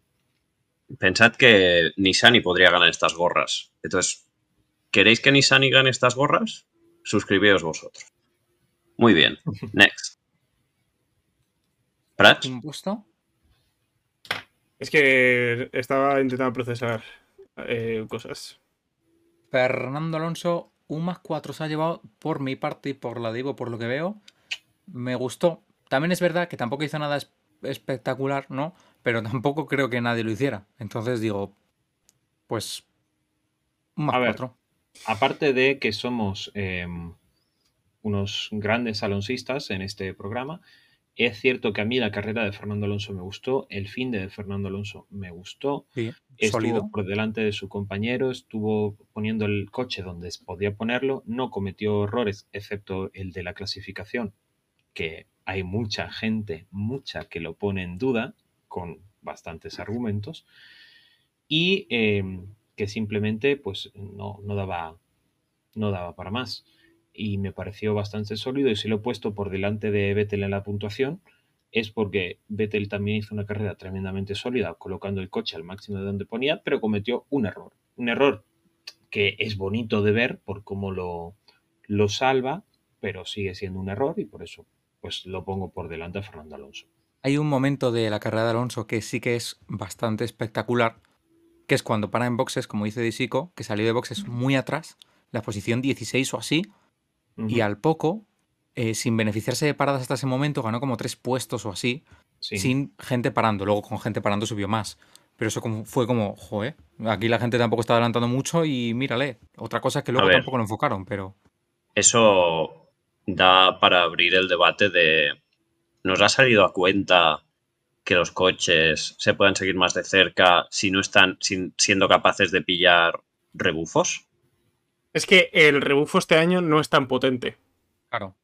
Pensad que Nissani podría ganar estas gorras. Entonces, ¿queréis que Nissani gane estas gorras? Suscribíos vosotros. Muy bien. Next. Prats, ¿Un puesto? Es que estaba intentando procesar eh, cosas. Fernando Alonso, un más cuatro se ha llevado por mi parte y por la de Ivo, por lo que veo. Me gustó. También es verdad que tampoco hizo nada es- espectacular, ¿no? Pero tampoco creo que nadie lo hiciera. Entonces digo, pues. Un más A ver. cuatro. Aparte de que somos em, unos grandes alonsistas en este programa, es cierto que a mí la carrera de Fernando Alonso me gustó, el fin de Fernando Alonso me gustó, Sí, estuvo sólido. por delante de su compañero, estuvo poniendo el coche donde podía ponerlo, no cometió errores, excepto el de la clasificación, que hay mucha gente, mucha que lo pone en duda, con bastantes argumentos, y eh, que simplemente pues no, no daba, no daba para más. Y me pareció bastante sólido y si lo he puesto por delante de Vettel en la puntuación, es porque Vettel también hizo una carrera tremendamente sólida colocando el coche al máximo de donde ponía, pero cometió un error. Un error que es bonito de ver por cómo lo, lo salva, pero sigue siendo un error y por eso pues lo pongo por delante a Fernando Alonso. Hay un momento de la carrera de Alonso que sí que es bastante espectacular, que es cuando para en boxes, como dice Disico, que salió de boxes muy atrás, la posición 16 o así, y Ujú, al poco, eh, sin beneficiarse de paradas hasta ese momento, ganó como tres puestos o así, sí. sin gente parando. Luego con gente parando subió más. Pero eso como- fue como, joder, aquí la gente tampoco está adelantando mucho y mírale. Otra cosa es que luego ver. tampoco lo enfocaron, pero eso da para abrir el debate de... ¿Nos ha salido a cuenta que los coches se puedan seguir más de cerca si no están sin- siendo capaces de pillar rebufos? Es que el rebufo este año no es tan potente. claro.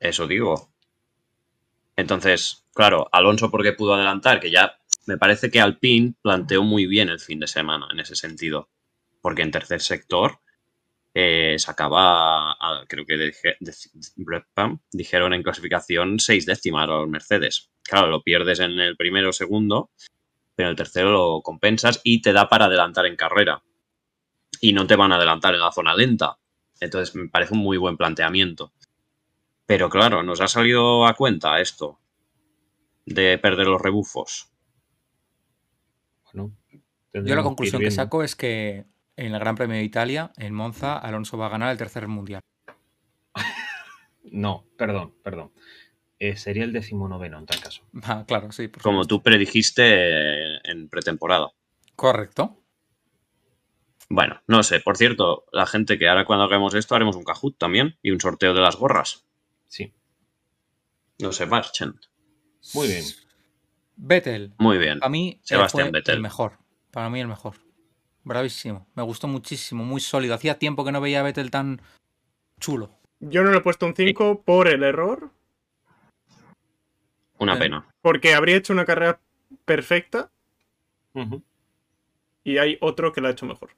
Eso digo. Entonces, claro, Alonso porque pudo adelantar, que ya me parece que Alpine planteó muy bien el fin de semana en ese sentido. Porque en tercer sector eh, sacaba, a- creo que dije- dec- brep, pam, dijeron en clasificación seis décimas a los Mercedes. Claro, lo pierdes en el primero o segundo, pero en el tercero lo compensas y te da para adelantar en carrera. Y no te van a adelantar en la zona lenta. Entonces me parece un muy buen planteamiento. Pero claro, nos ha salido a cuenta esto de perder los rebufos. Bueno, Yo la tendremos ir conclusión que viendo. saco es que en el Gran Premio de Italia, en Monza, Alonso va a ganar el tercer mundial. No, perdón, perdón. Eh, sería el decimonoveno en tal caso. Ah, claro, sí. por Como supuesto. tú predijiste eh, en pretemporada. Correcto. Bueno, no sé. Por cierto, la gente que ahora cuando hagamos esto haremos un cajut también y un sorteo de las gorras. Sí, No se marchen. muy bien. Vettel, Muy bien. para mí él Sebastián fue Vettel. el mejor. Para mí el mejor. Bravísimo. Me gustó muchísimo, muy sólido. Hacía tiempo que no veía a Vettel tan chulo. Yo no le he puesto un 5 por el error, Una Ah, Sí. pena. porque habría hecho una carrera perfecta Ujú, y hay otro que la ha hecho mejor.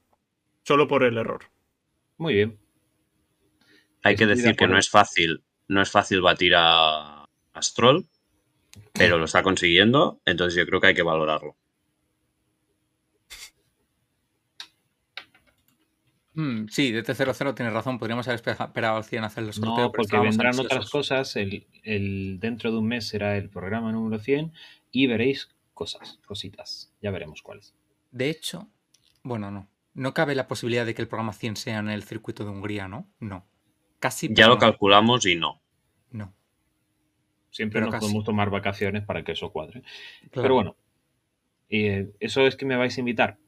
Solo por el error. Muy bien. Hay que Estoy de decir que no acuerdo. es fácil, no es fácil batir a Astrol, pero lo está consiguiendo, entonces yo creo que hay que valorarlo. Mm, sí, de T00 tienes razón. Podríamos haber espe- esperado al 100 hacer el sorteo. Hmm. No, pero porque estábamos vendrán otras ansiosos. cosas. El, el- dentro de un mes será el programa número 100 y veréis cosas, cositas. Ya veremos cuáles. De hecho, bueno, no. No cabe la posibilidad de que el programa 100 sea en el circuito de Hungría, ¿no? No. Casi. Ya pero lo no. calculamos y no. No. Siempre Pero nos casi. podemos tomar vacaciones para que eso cuadre. Pero claro. bueno, eh, eso es que me vais a invitar.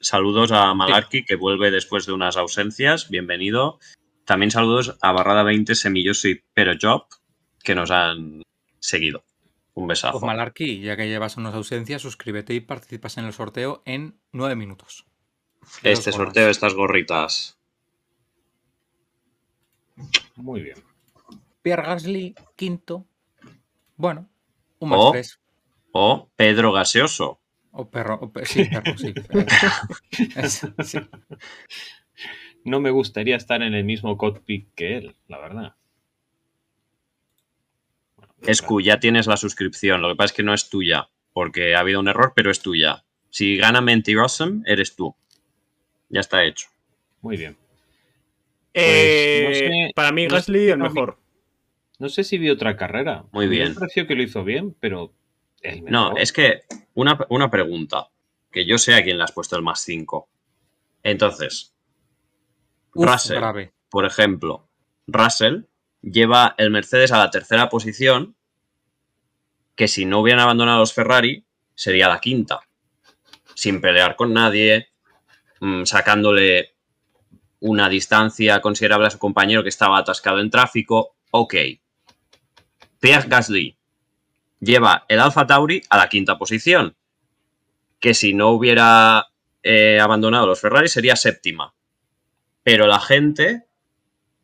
Saludos a Malarki, que vuelve después de unas ausencias. Bienvenido. También saludos a Barrada 20, Semilloso y Pero Job, que nos han seguido. Un besazo. Pues Malarqui, ya que llevas unas ausencias, suscríbete y participas en el sorteo en nueve minutos. este sorteo, estas gorritas. Muy bien. Pierre Gasly, quinto. Bueno, un más O, tres. o Pedro Gaseoso. O perro, o pe- sí, perro, sí. Es- sí. No me gustaría estar en el mismo cockpit que él, la verdad. Bueno, Escu, ya tienes la suscripción. Lo que pasa es que no es tuya, porque ha habido un error, pero es tuya. Si gana Mentirosum, eres tú. Ya está hecho. Muy bien. Eh, Pues, no sé- para mí, no sé- Gasly, el no, mejor. No sé si vi otra carrera. Muy Me bien. pareció que lo hizo bien, pero. el No, mejor. es que una, una pregunta, que yo sé a quién le has puesto el más 5. Entonces, Uf, Russell, grave. por ejemplo, Russell lleva el Mercedes a la tercera posición, que si no hubieran abandonado los Ferrari, sería la quinta, sin pelear con nadie, mm, sacándole una distancia considerable a su compañero que estaba atascado en tráfico. Ok. Pierre Gasly lleva el Alfa Tauri a la quinta posición, que si no hubiera eh, abandonado los Ferrari sería séptima. Pero la gente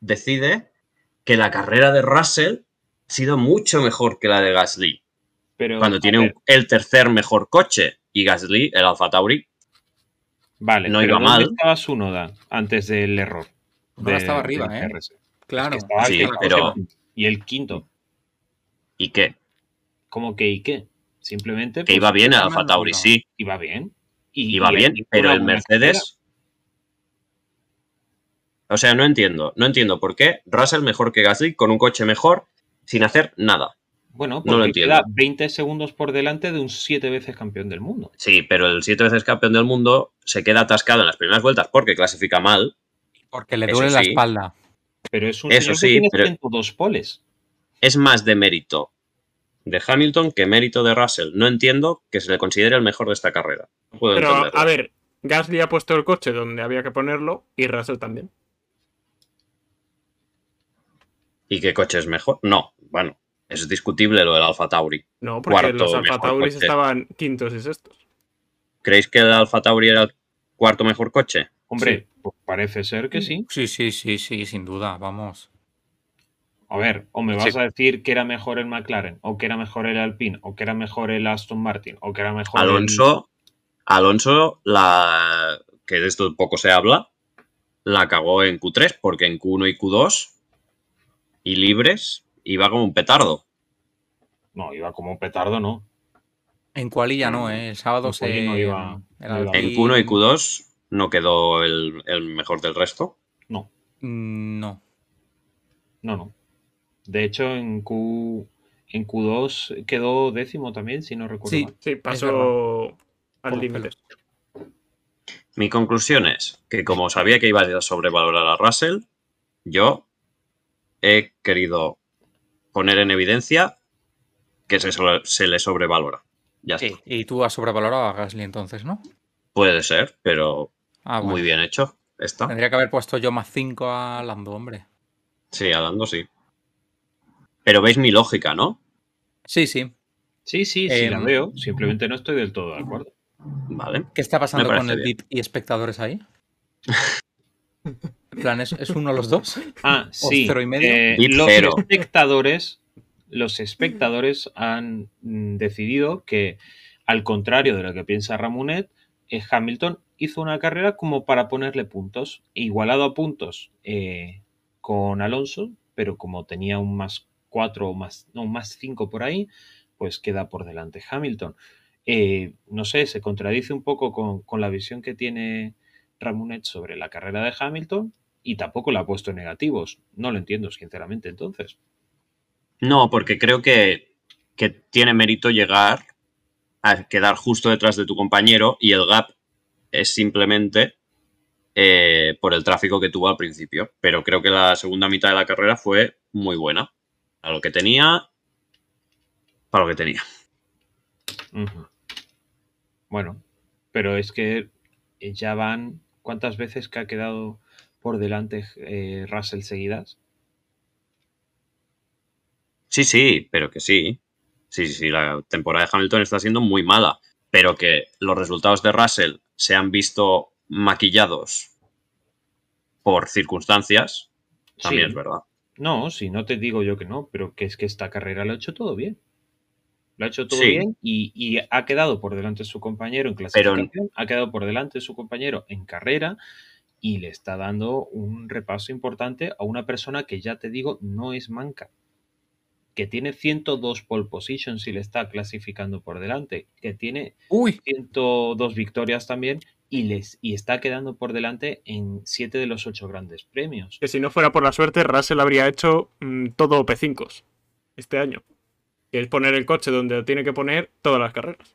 decide que la carrera de Russell ha sido mucho mejor que la de Gasly, Pero, cuando a tiene un- ver, el tercer mejor coche y Gasly, el Alfa Tauri, Vale, no pero iba ¿dónde mal. estaba Sunoda antes del error? Noda estaba arriba, del ¿eh? TRC? Claro. Estaba Sí, el pero- Y el quinto. ¿y qué? ¿Cómo que y qué? Simplemente. Que pues, iba bien el Alfa mal, Tauri, no. sí, iba bien. Y, iba y bien, aquí pero una el buena Mercedes... O sea, no entiendo, no entiendo por qué Russell mejor que Gasly con un coche mejor sin hacer nada. carrera. Bueno, no lo porque entiendo. queda 20 segundos por delante de un siete veces campeón del mundo. Sí, pero el siete veces campeón del mundo se queda atascado en las primeras vueltas porque clasifica mal. Porque le Eso duele la sí. espalda. Pero es un Eso señor sí, que tiene pero- 102 poles. Es más de mérito de Hamilton que mérito de Russell. No entiendo que se le considere el mejor de esta carrera. No puedo Pero, entenderlo. a ver, Gasly ha puesto el coche donde había que ponerlo y Russell también. ¿Y qué coche es mejor? No, bueno, eso es discutible lo del Alfa Tauri. No, porque Cuarto los mejor Alfa Tauris coche. estaban quintos y sextos. ¿Creéis que el Alfa Tauri era el cuarto mejor coche? Hombre, pues parece ser Mm. que sí. Sí, sí, sí, sí, sin duda, vamos. A ver, o me vas Sí. a decir que era mejor el McLaren, o que era mejor el Alpine, o que era mejor el Aston Martin, o que era mejor el- Alonso, Alonso, la que de esto poco se habla, la cagó en Q3 porque en Q1 y Q2 y libres iba como un petardo. No, iba como un petardo, ¿no? En Cualilla no, ¿eh? El sábado En se. Cuali no iba- el no iba. Alpine- En Q1 y Q2 no quedó el, el mejor del resto. No, Mm, No. no, no. De hecho, en Q en Q2 quedó décimo también, si no recuerdo Sí. mal. Sí, pasó al Por límite. pelos. Mi conclusión es que como sabía que iba a sobrevalorar a Russell, yo he querido poner en evidencia que se, sobre- se le sobrevalora. Ya está. Y tú has sobrevalorado a Gasly entonces, ¿no? Puede ser, pero Ah, bueno. muy bien hecho. Está. Tendría que haber puesto yo más 5 a Lando, hombre. Sí, hablando sí. Pero veis mi lógica, ¿no? Sí, sí. Sí, sí, sí, Em, la veo. Simplemente no estoy del todo de acuerdo. Vale. ¿Qué está pasando Me con el parece VIP y espectadores ahí? En plan, ¿es, es uno los dos? Ah, sí. cero y medio. eh, Bit los cero. espectadores, los espectadores han mm, decidido que, al contrario de lo que piensa Ramunet, eh, Hamilton hizo una carrera como para ponerle puntos, igualado a puntos eh, con Alonso, pero como tenía un más cuatro o más, no, un más cinco por ahí, pues queda por delante Hamilton. Eh, no sé, se contradice un poco con, con la visión que tiene Ramunet sobre la carrera de Hamilton, y tampoco la ha puesto en negativos. No lo entiendo, sinceramente, entonces. No, porque creo que, que tiene mérito llegar a quedar justo detrás de tu compañero y el gap es simplemente eh, por el tráfico que tuvo al principio. Pero creo que la segunda mitad de la carrera fue muy buena. A lo que tenía. Para lo que tenía. Ujú. Bueno, pero es que eh, ya van. ¿Cuántas veces que ha quedado por delante eh, Russell seguidas? Sí, sí, pero que sí. sí, sí, la temporada de Hamilton está siendo muy mala, pero que los resultados de Russell se han visto maquillados por circunstancias, también Sí. es verdad. No, si no te digo yo que no, pero que es que esta carrera lo ha hecho todo bien. Lo ha hecho todo Sí. bien y, y ha quedado por delante de su compañero en clasificación, ha quedado por delante de su compañero en carrera y le está dando un repaso importante a una persona que ya te digo no es manca, que tiene 102 pole positions y le está clasificando por delante, que tiene Uy, 102 victorias también y, les, y está quedando por delante en 7 de los 8 grandes premios. Que si no fuera por la suerte, Russell habría hecho mm, todo P5 este año. Que es poner el coche donde lo tiene que poner todas las carreras.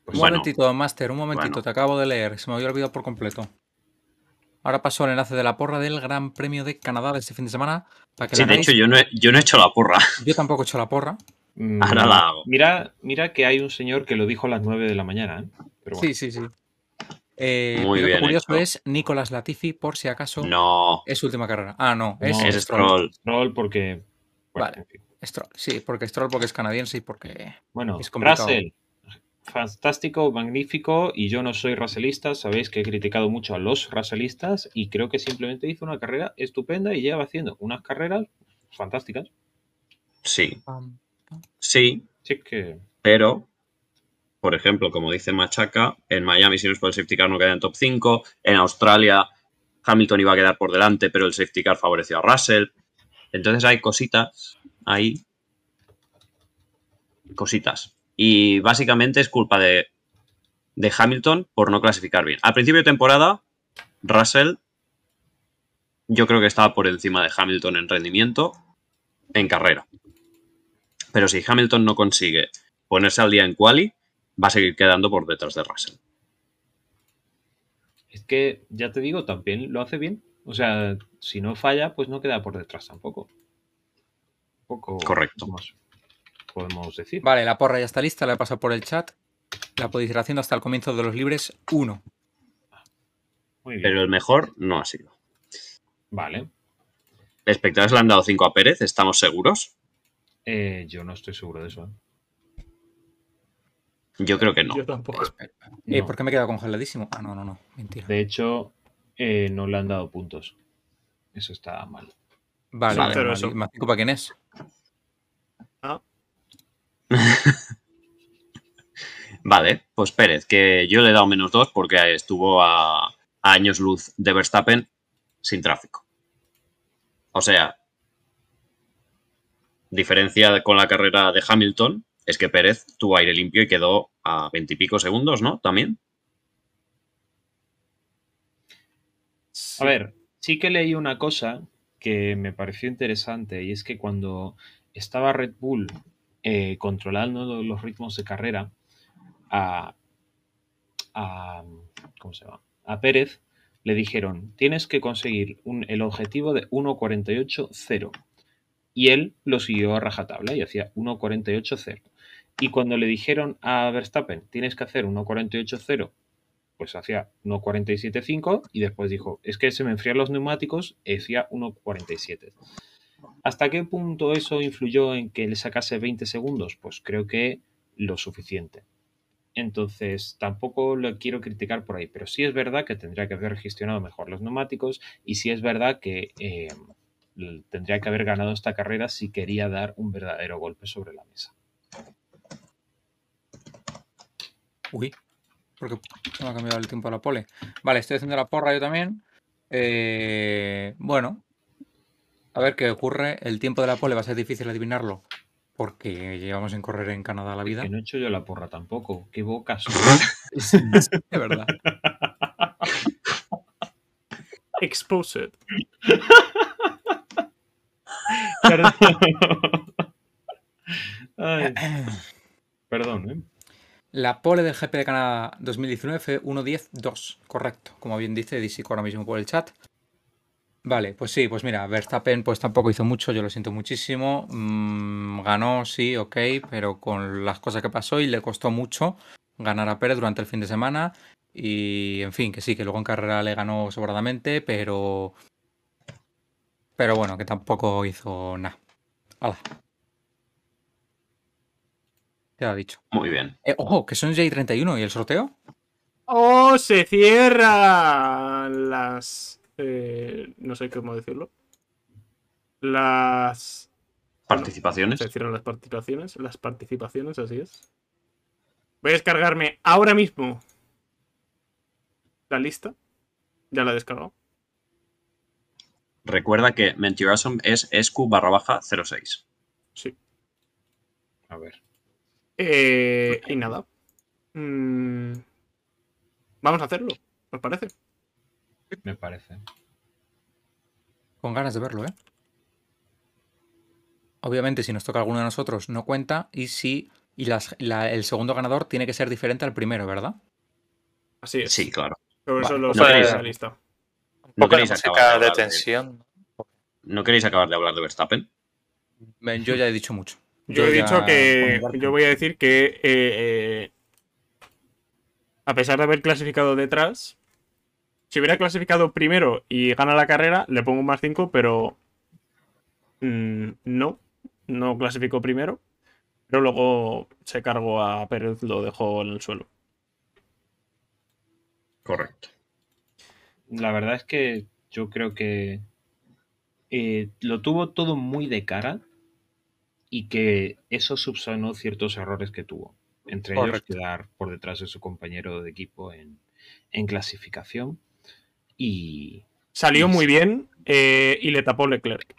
un Pues bueno, momentito, Master, un momentito, bueno. te acabo de leer, se me había olvidado por completo. Ahora paso al enlace de la porra del Gran Premio de Canadá de este fin de semana. Para que sí, la de veáis. hecho yo no, he, yo no he hecho la porra. yo tampoco he hecho la porra. Mm, Ahora la hago. Mira, mira que hay un señor que lo dijo a las 9 de la mañana. ¿eh? Pero bueno. Sí, sí, sí. Eh, Muy piloto bien curioso hecho. es Nicolás Latifi, por si acaso No, es su última carrera. Ah, no, es, No, es Stroll. Stroll. Stroll porque... Bueno, Vale. en fin. Stroll, Sí, porque Stroll, porque es canadiense y porque. Bueno, Es complicado. Russell, fantástico, magnífico y yo no soy racelista, sabéis que he criticado mucho a los racelistas y creo que simplemente hizo una carrera estupenda y lleva haciendo unas carreras fantásticas. Sí, Pam. sí, Así que... pero, por ejemplo, como dice Machaca, en Miami si no es por el safety car no queda en top 5, en Australia Hamilton iba a quedar por delante, pero el safety car favoreció a Russell. Entonces hay cositas ahí, cositas. Y básicamente es culpa de, de Hamilton por no clasificar bien. Al principio de temporada, Russell yo creo que estaba por encima de Hamilton en rendimiento, en carrera. Pero si Hamilton no consigue ponerse al día en quali, va a seguir quedando por detrás de Russell. Es que, ya te digo, también lo hace bien. O sea, si no falla, pues no queda por detrás tampoco. Poco Correcto. más podemos decir. Vale, la porra ya está lista, la he pasado por el chat. La podéis ir haciendo hasta el comienzo de los libres 1. Muy bien. Pero el mejor no ha sido. Vale. Espectadores le han dado 5 a Pérez, estamos seguros. Eh, yo no estoy seguro de eso. ¿eh? Yo creo que no. tampoco. Eh, No. ¿Por qué me he quedado congeladísimo? Ah, no, no, no, mentira. De hecho, eh, no le han dado puntos. Eso está mal. Vale, Vale, vale, pero vale. eso. ¿Más cinco para quién es? Vale, pues Pérez, que yo le he dado menos 2 porque estuvo a, a años luz de Verstappen sin tráfico. O sea, diferencia con la carrera de Hamilton es que Pérez tuvo aire limpio y quedó a 20 y pico segundos, ¿no? También. A ver, sí que leí una cosa que me pareció interesante y es que cuando estaba Red Bull eh, controlando lo- los ritmos de carrera a, a- ¿cómo se llama? a Pérez le dijeron tienes que conseguir un- el objetivo de 1.48.0 y él lo siguió a rajatabla y hacía 1.48.0 y cuando le dijeron a Verstappen tienes que hacer 1.48.0 pues hacía 1.47.5 y después dijo, es que se me enfrían los neumáticos, y hacía 1.47. ¿Hasta qué punto eso influyó en que le sacase 20 segundos? Pues creo que lo suficiente. Entonces, tampoco lo quiero criticar por ahí, pero sí es verdad que tendría que haber gestionado mejor los neumáticos y sí es verdad que eh, l- tendría que haber ganado esta carrera si quería dar un verdadero golpe sobre la mesa. Uy, porque se me ha cambiado el tiempo a la pole. Vale, estoy haciendo la porra yo también. Eh, bueno, a ver qué ocurre. El tiempo de la pole va a ser difícil adivinarlo porque llevamos en correr en Canadá la vida. Que no he hecho yo la porra tampoco, qué boca soy. De verdad. Exposed. Perdón. Ay, perdón, ¿eh? La pole del GP de Canadá 2019 fue 1.10.2, correcto, como bien dice Disico ahora mismo por el chat. Vale, pues sí, pues mira, Verstappen pues tampoco hizo mucho, yo lo siento muchísimo. Mm, ganó, sí, ok, pero con las cosas que pasó y le costó mucho ganar a Pérez durante el fin de semana. Y en fin, que sí, que luego en carrera le ganó sobradamente, pero. Pero bueno, que tampoco hizo nada. Hala. Queda dicho. Muy bien. Eh, ojo, que son J31 y el sorteo. ¡Oh! Se cierran las. eh, no sé cómo decirlo. Las. Participaciones. Se cierran las participaciones. Las participaciones, así es. Voy a descargarme ahora mismo la lista. Ya la he descargado. Recuerda que Mentirasm es E escu barra baja 06. A ver. Eh, y nada. Mm, vamos a hacerlo, ¿os parece? Me parece. Con ganas de verlo, ¿eh? Obviamente, si nos toca alguno de nosotros, no cuenta. Y si. Y las- la- el segundo ganador tiene que ser diferente al primero, ¿verdad? Así es. Sí, claro. Pero eso Vale, pues lo no saqué queréis- de la lista. Un poco de queréis acabar música de de hablar de- tensión. ¿No queréis acabar de hablar de Verstappen? Ben, Yo ya he dicho mucho. Yo he ya- dicho que. Con mi Yo voy a decir que. eh, eh, a pesar de haber clasificado detrás. Si hubiera clasificado primero y gana la carrera, le pongo un más 5, pero. mm, no. No clasificó primero. Pero luego se cargó a Pérez, lo dejó en el suelo. Correcto. La verdad es que yo creo que eh, lo tuvo todo muy de cara y que eso subsanó ciertos errores que tuvo. Entre Correcto. ellos quedar por detrás de su compañero de equipo en, en clasificación. Y Salió Sí, sí. muy bien eh, y le tapó Leclerc.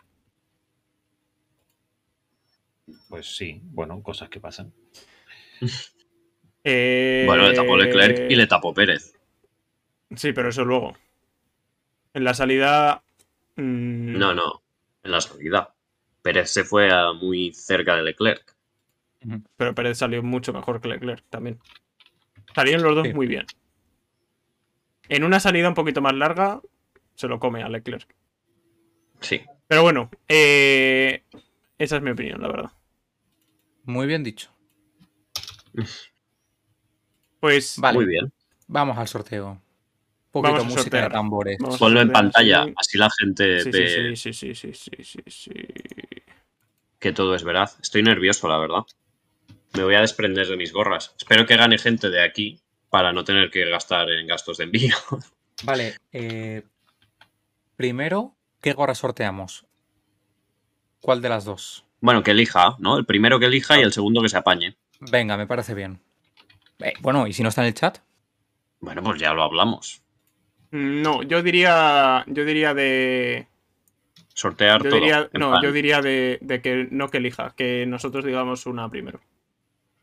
pues sí, bueno, cosas que pasan. Eh, Bueno, le tapó Leclerc y le tapó Pérez. Sí, pero eso luego. En la salida. mm, No, no. En la salida. Pérez se fue a muy cerca de Leclerc. Pero Pérez salió mucho mejor que Leclerc también. Salieron los dos Sí. muy bien. En una salida un poquito más larga, se lo come a Leclerc. Sí. Pero bueno, eh, esa es mi opinión, la verdad. Muy bien dicho. Pues Vale, Muy bien. vamos al sorteo. Un poquito Vamos a música de sortear. tambores. vamos a Ponlo en hacer pantalla, eh, así. así la gente Sí, ve sí, sí, sí, sí, sí, sí, sí. que todo es veraz. Estoy nervioso, la verdad. Me voy a desprender de mis gorras. Espero que gane gente de aquí para no tener que gastar en gastos de envío. Vale, eh, primero, ¿qué gorra sorteamos? ¿Cuál de las dos? Bueno, que elija, ¿no? El primero que elija y el segundo que se apañe. Venga, me parece bien. Eh, bueno, ¿y si no está en el chat? Bueno, pues ya lo hablamos. No, yo diría. Yo diría de. Sortear Yo todo. diría, en no, plan. yo diría de, de que no que elija, que nosotros digamos una primero.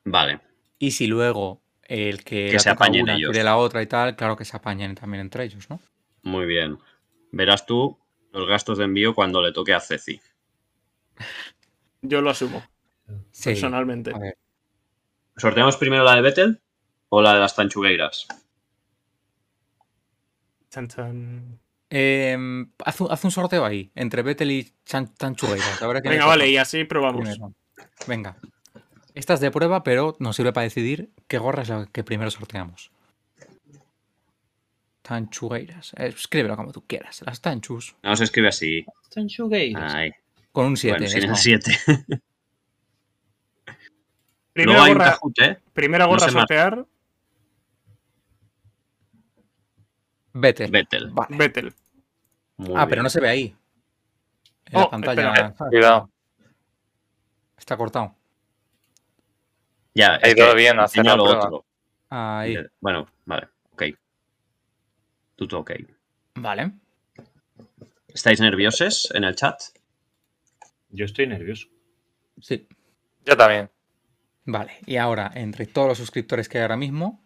Vale, Y si luego el que, Que la se toca apañen una ellos. quiere la otra y tal, claro que se apañen también entre ellos, ¿no? muy bien. Verás tú los gastos de envío cuando le toque a Ceci. Yo lo asumo, Sí. personalmente. A ver, ¿Sorteamos primero la de Vettel o la de las tanchugueiras? Chan, chan. em, haz, un, haz un sorteo ahí, entre Vettel y Chan, Tanchugueiras, a ver a quién le Venga, toca vale, y así probamos. primero. Venga. Esta es de prueba, pero nos sirve para decidir qué gorra es la que primero sorteamos. Tanchugueiras. Eh, Escríbelo como tú quieras. Las tanchus. No se escribe así. Están shoegaze. Ay, Con un ¿eh? 7. bueno, sin el 7. Luego Primera hay un gorra, Kahoot, ¿eh? primera gorra no a sé más. sortear, Vettel. Vettel. Vale. Vettel. Muy Ah, bien. pero no se ve ahí. En Oh, la pantalla. espera. ¿sabes? Cuidado. Está cortado. Ya, Ha es ido que bien hacer enseña la lo prueba. otro. Ahí. De- Bueno, vale, ok. Tuto, ok. Vale. ¿Estáis nerviosos en el chat? Yo estoy nervioso. Sí. Yo también. Vale. Y ahora, entre todos los suscriptores que hay ahora mismo,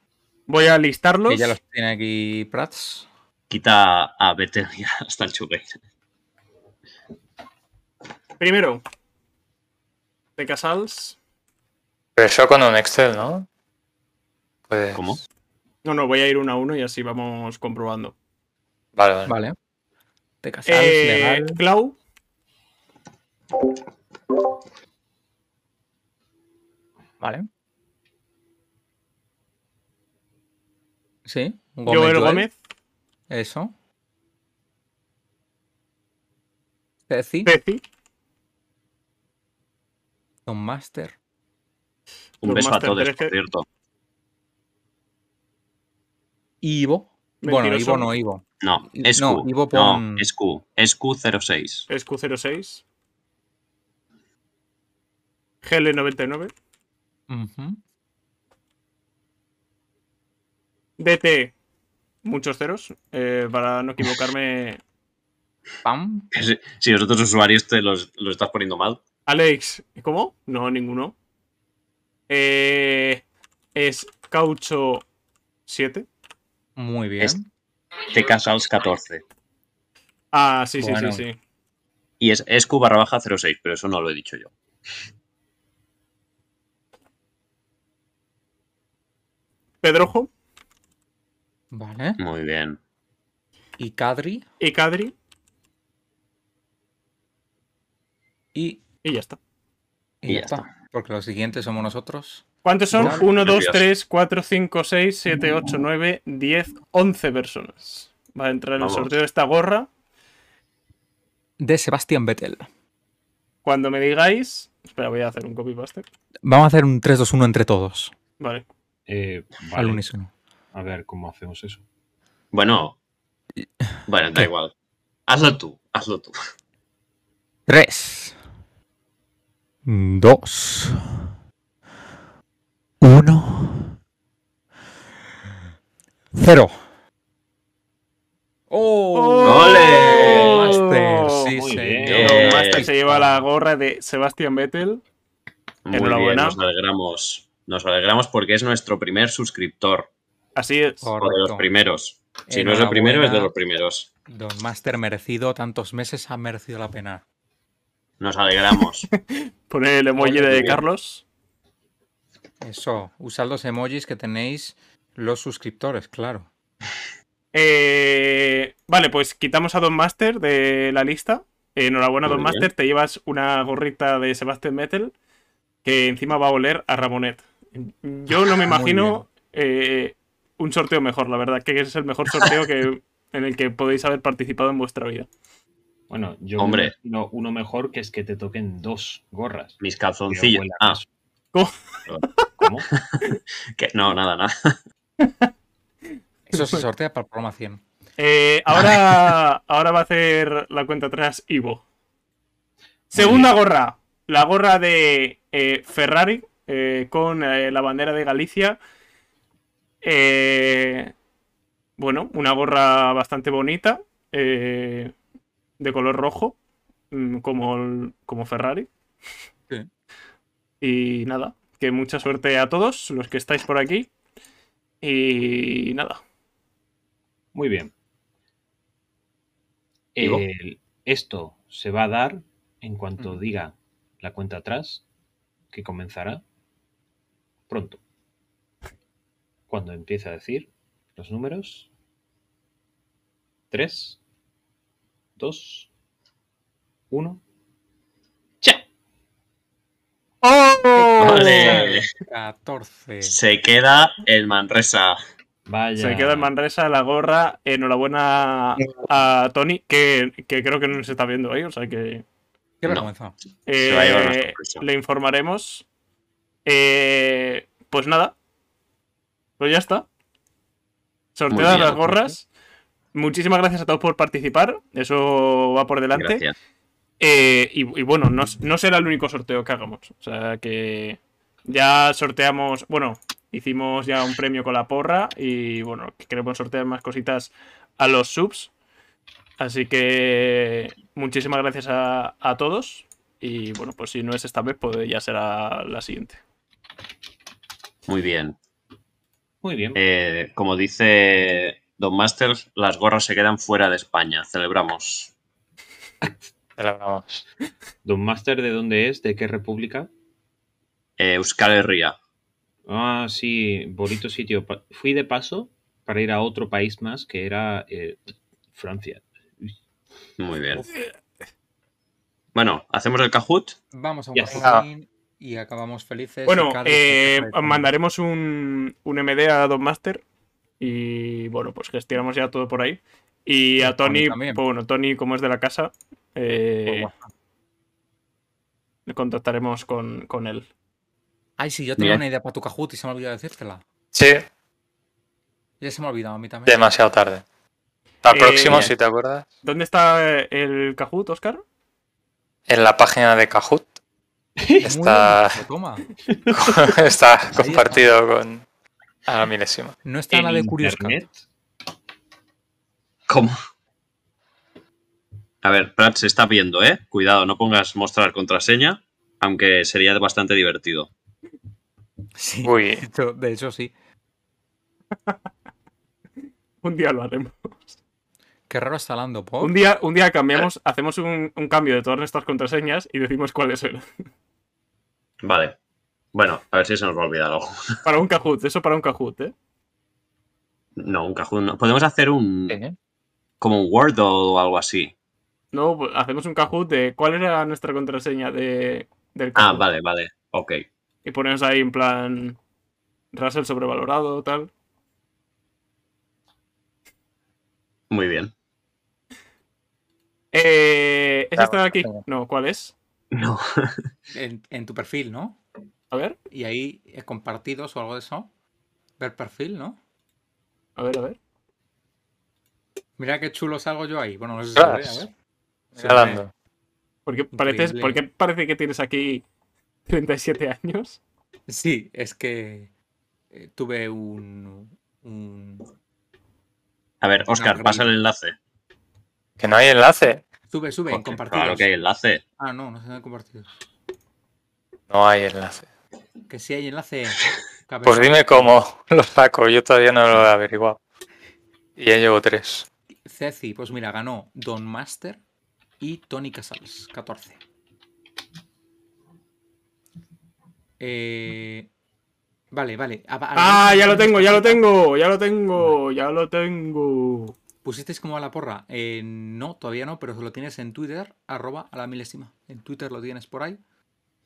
Voy a listarlos. que ya los tiene aquí Prats. Quita a Vettel y a Stanchugueiras. Primero, de Casals. Pero eso con un Excel, ¿no? Pues... ¿Cómo? No, no, voy a ir uno a uno y así vamos comprobando. Vale, vale. Vale. De Casals, Eh, legal. Clau, Vale. Sí. ¿eh? Joel Gómez, Eso. Ceci, Ceci, Don Master. Un Los beso a Master todos, tres que- por cierto. Ivo. Bueno, Mentiroso. Ivo no, Ivo. No, es No, Q. Ivo, No, pon- es Q. Es Q06. Es Q06. GL99. Ujú. DT. Muchos ceros. eh, para no equivocarme. Pam. Si- Si los otros usuarios te los, los estás poniendo mal. Alex. ¿Cómo? No, ninguno. Eh, es Caucho 7. Muy bien. Es- Te casals 14. Ah, sí, sí, Bueno. sí, sí. Y es, es Q barra baja 06, pero eso no lo he dicho yo. Pedrojo Vale. Muy bien. Y Kadri. y Cadri. Y, Y ya está. y Y ya ya está. Porque los siguientes somos nosotros. ¿Cuántos son? Vale. 1, 2, Gracias. 3, 4, 5, 6, 7, 8, 9, 10, 11 personas. Va a entrar en el Vamos. sorteo esta gorra. De Sebastián Vettel. Cuando me digáis. Espera, voy a hacer un copy-paste. Vamos a hacer un 3-2-1 entre todos. Vale. Eh, Al vale, unísono. a ver cómo hacemos eso. Bueno. Bueno, da igual. Hazlo tú, hazlo tú. 3, 2, 1, 0. ¡Oh! ¡Ole! Master, Oh, sí, muy señor. bien. Master se eh. lleva la gorra de Sebastian Vettel. Muy bien, Enhorabuena. nos alegramos. Nos alegramos porque es nuestro primer suscriptor. Así es. O de los Correcto. primeros. Si no es el primero, es de Enhorabuena. los primeros. Don Master merecido, tantos meses ha merecido la pena. Nos alegramos. Poner el emoji Ole, muy de bien. Carlos. Eso, usad los emojis que tenéis los suscriptores, claro. Eh, vale, pues quitamos a Don Master de la lista. Eh, Enhorabuena, Muy Don bien. Master. Te llevas una gorrita de Sebastian Vettel que encima va a oler a Ramonet. Yo no me Muy imagino eh, un sorteo mejor, la verdad, que es el mejor sorteo que, en el que podéis haber participado en vuestra vida. Bueno, yo Hombre. me imagino uno mejor que es que te toquen dos gorras. Mis Pero calzoncillos. huela a Ah, eso. ¿Cómo? ¿Cómo? que, no, nada, nada. Eso se sortea para el programa 100. Eh, ahora, ahora va a hacer la cuenta atrás Ivo. Segunda gorra. La gorra de eh, Ferrari eh, con eh, la bandera de Galicia. Eh, bueno, una gorra bastante bonita. eh, de color rojo. mm, Como, el- como Ferrari. Sí. Y nada, que mucha suerte a todos los que estáis por aquí. Y nada. Muy bien. Digo. El- esto se va a dar en cuanto Mm. diga la cuenta atrás, que comenzará pronto. Cuando empiece a decir los números. 3, 2, 1. ¡Ya! ¡Oh! Vale. 14. Se queda el Manresa. Vaya. Se queda en Manresa la gorra. Enhorabuena a Tony, que, que creo que no nos está viendo ahí, o sea que Qué No. vergüenza. eh, va a llevar una sorpresa. le informaremos. Eh, pues nada, pues ya está. Muy Sorteadas bien, las gorras. Muchísimas gracias a todos por participar. Eso va por delante. Gracias. Eh, y, y bueno, no, no será el único sorteo que hagamos. O sea que ya sorteamos, bueno, hicimos ya un premio con la porra y bueno, que queremos sortear más cositas a los subs. Así que muchísimas gracias a, a todos. Y bueno, pues si no es esta vez, pues ya será la siguiente. Muy bien. Muy bien. Eh, como dice Don Masters, las gorras se quedan fuera de España. Celebramos. Celebramos. Don Master, ¿de dónde es? ¿De qué república? Eh, Euskal Herria. Ah, sí, bonito sitio. Pa- Fui de paso para ir a otro país más que era eh, Francia. Muy bien. Bueno, ¿hacemos el Kahoot? Vamos a un Ya está. cafetín y acabamos felices. Bueno, Y Carlos se eh, queja de todo. mandaremos un, un MD a Don Master y bueno, pues gestionamos ya todo por ahí. Y a Tony Tony, también. pues bueno, Tony, como es de la casa, eh, contactaremos con, con él. Ay, sí, yo tenía una idea para tu cajut y se me ha olvidado decírtela. Sí, Ya se me ha olvidado a mí también. demasiado tarde. Para el Eh, próximo, bien. si te acuerdas, ¿Dónde está el Kahoot, Oscar? en la página de Kahoot Muy está, bien, toma. está compartido con a la milésima. No está la de Curious Cat. internet. ¿Cómo? A ver, Prat se está viendo, ¿eh? Cuidado, no pongas mostrar contraseña, aunque sería bastante divertido. Sí, de Uy, hecho, de hecho, sí. Un día lo haremos. Qué raro está Lando Pop. Un día, un día cambiamos, hacemos un, un cambio de todas nuestras contraseñas y decimos cuáles eran. Vale. Bueno, a ver si se nos va a olvidar algo. Para un Kahoot, eso para un Kahoot, ¿eh? No, un cajón. no. Podemos hacer un. ¿eh? como un Wordle o algo así. No, pues, hacemos un Kahoot de cuál era nuestra contraseña de, del Ah, Kahoot. vale, vale. Ok. Y ponemos ahí en plan Russell sobrevalorado, tal. Muy bien. Eh, ¿Es Ah, esta de aquí? bueno. No, ¿cuál es? No. En, en tu perfil, ¿no? A ver, Y ahí eh, compartidos o algo de eso. Ver perfil, ¿no? a ver, a ver. Mira qué chulo salgo yo ahí. Bueno, no sé si se ve, a ver. Mira, Lando. ¿Por qué, pareces, Increíble. por qué parece que tienes aquí 37 años? Sí, es que eh, tuve un, un- A ver, Oscar, Una pasa el enlace. Que no hay enlace. Sube, sube, en Joder, compartidos. Claro que hay enlace. Ah, no, no se en compartidos. No hay enlace. Que sí hay enlace. Pues cabezón. dime cómo lo saco, yo todavía no lo he averiguado. Y ya llevo tres. Ceci, pues mira, ganó Don Master y Tony Casals, 14. Eh, vale, vale. a- a- ¡Ah, ya lo tengo, ya lo tengo! ¡Ya lo tengo! ¡Ya lo tengo! ¿Pusisteis como a la porra? Eh, no, todavía no, pero lo tienes en Twitter, arroba a la milésima. En Twitter lo tienes por ahí,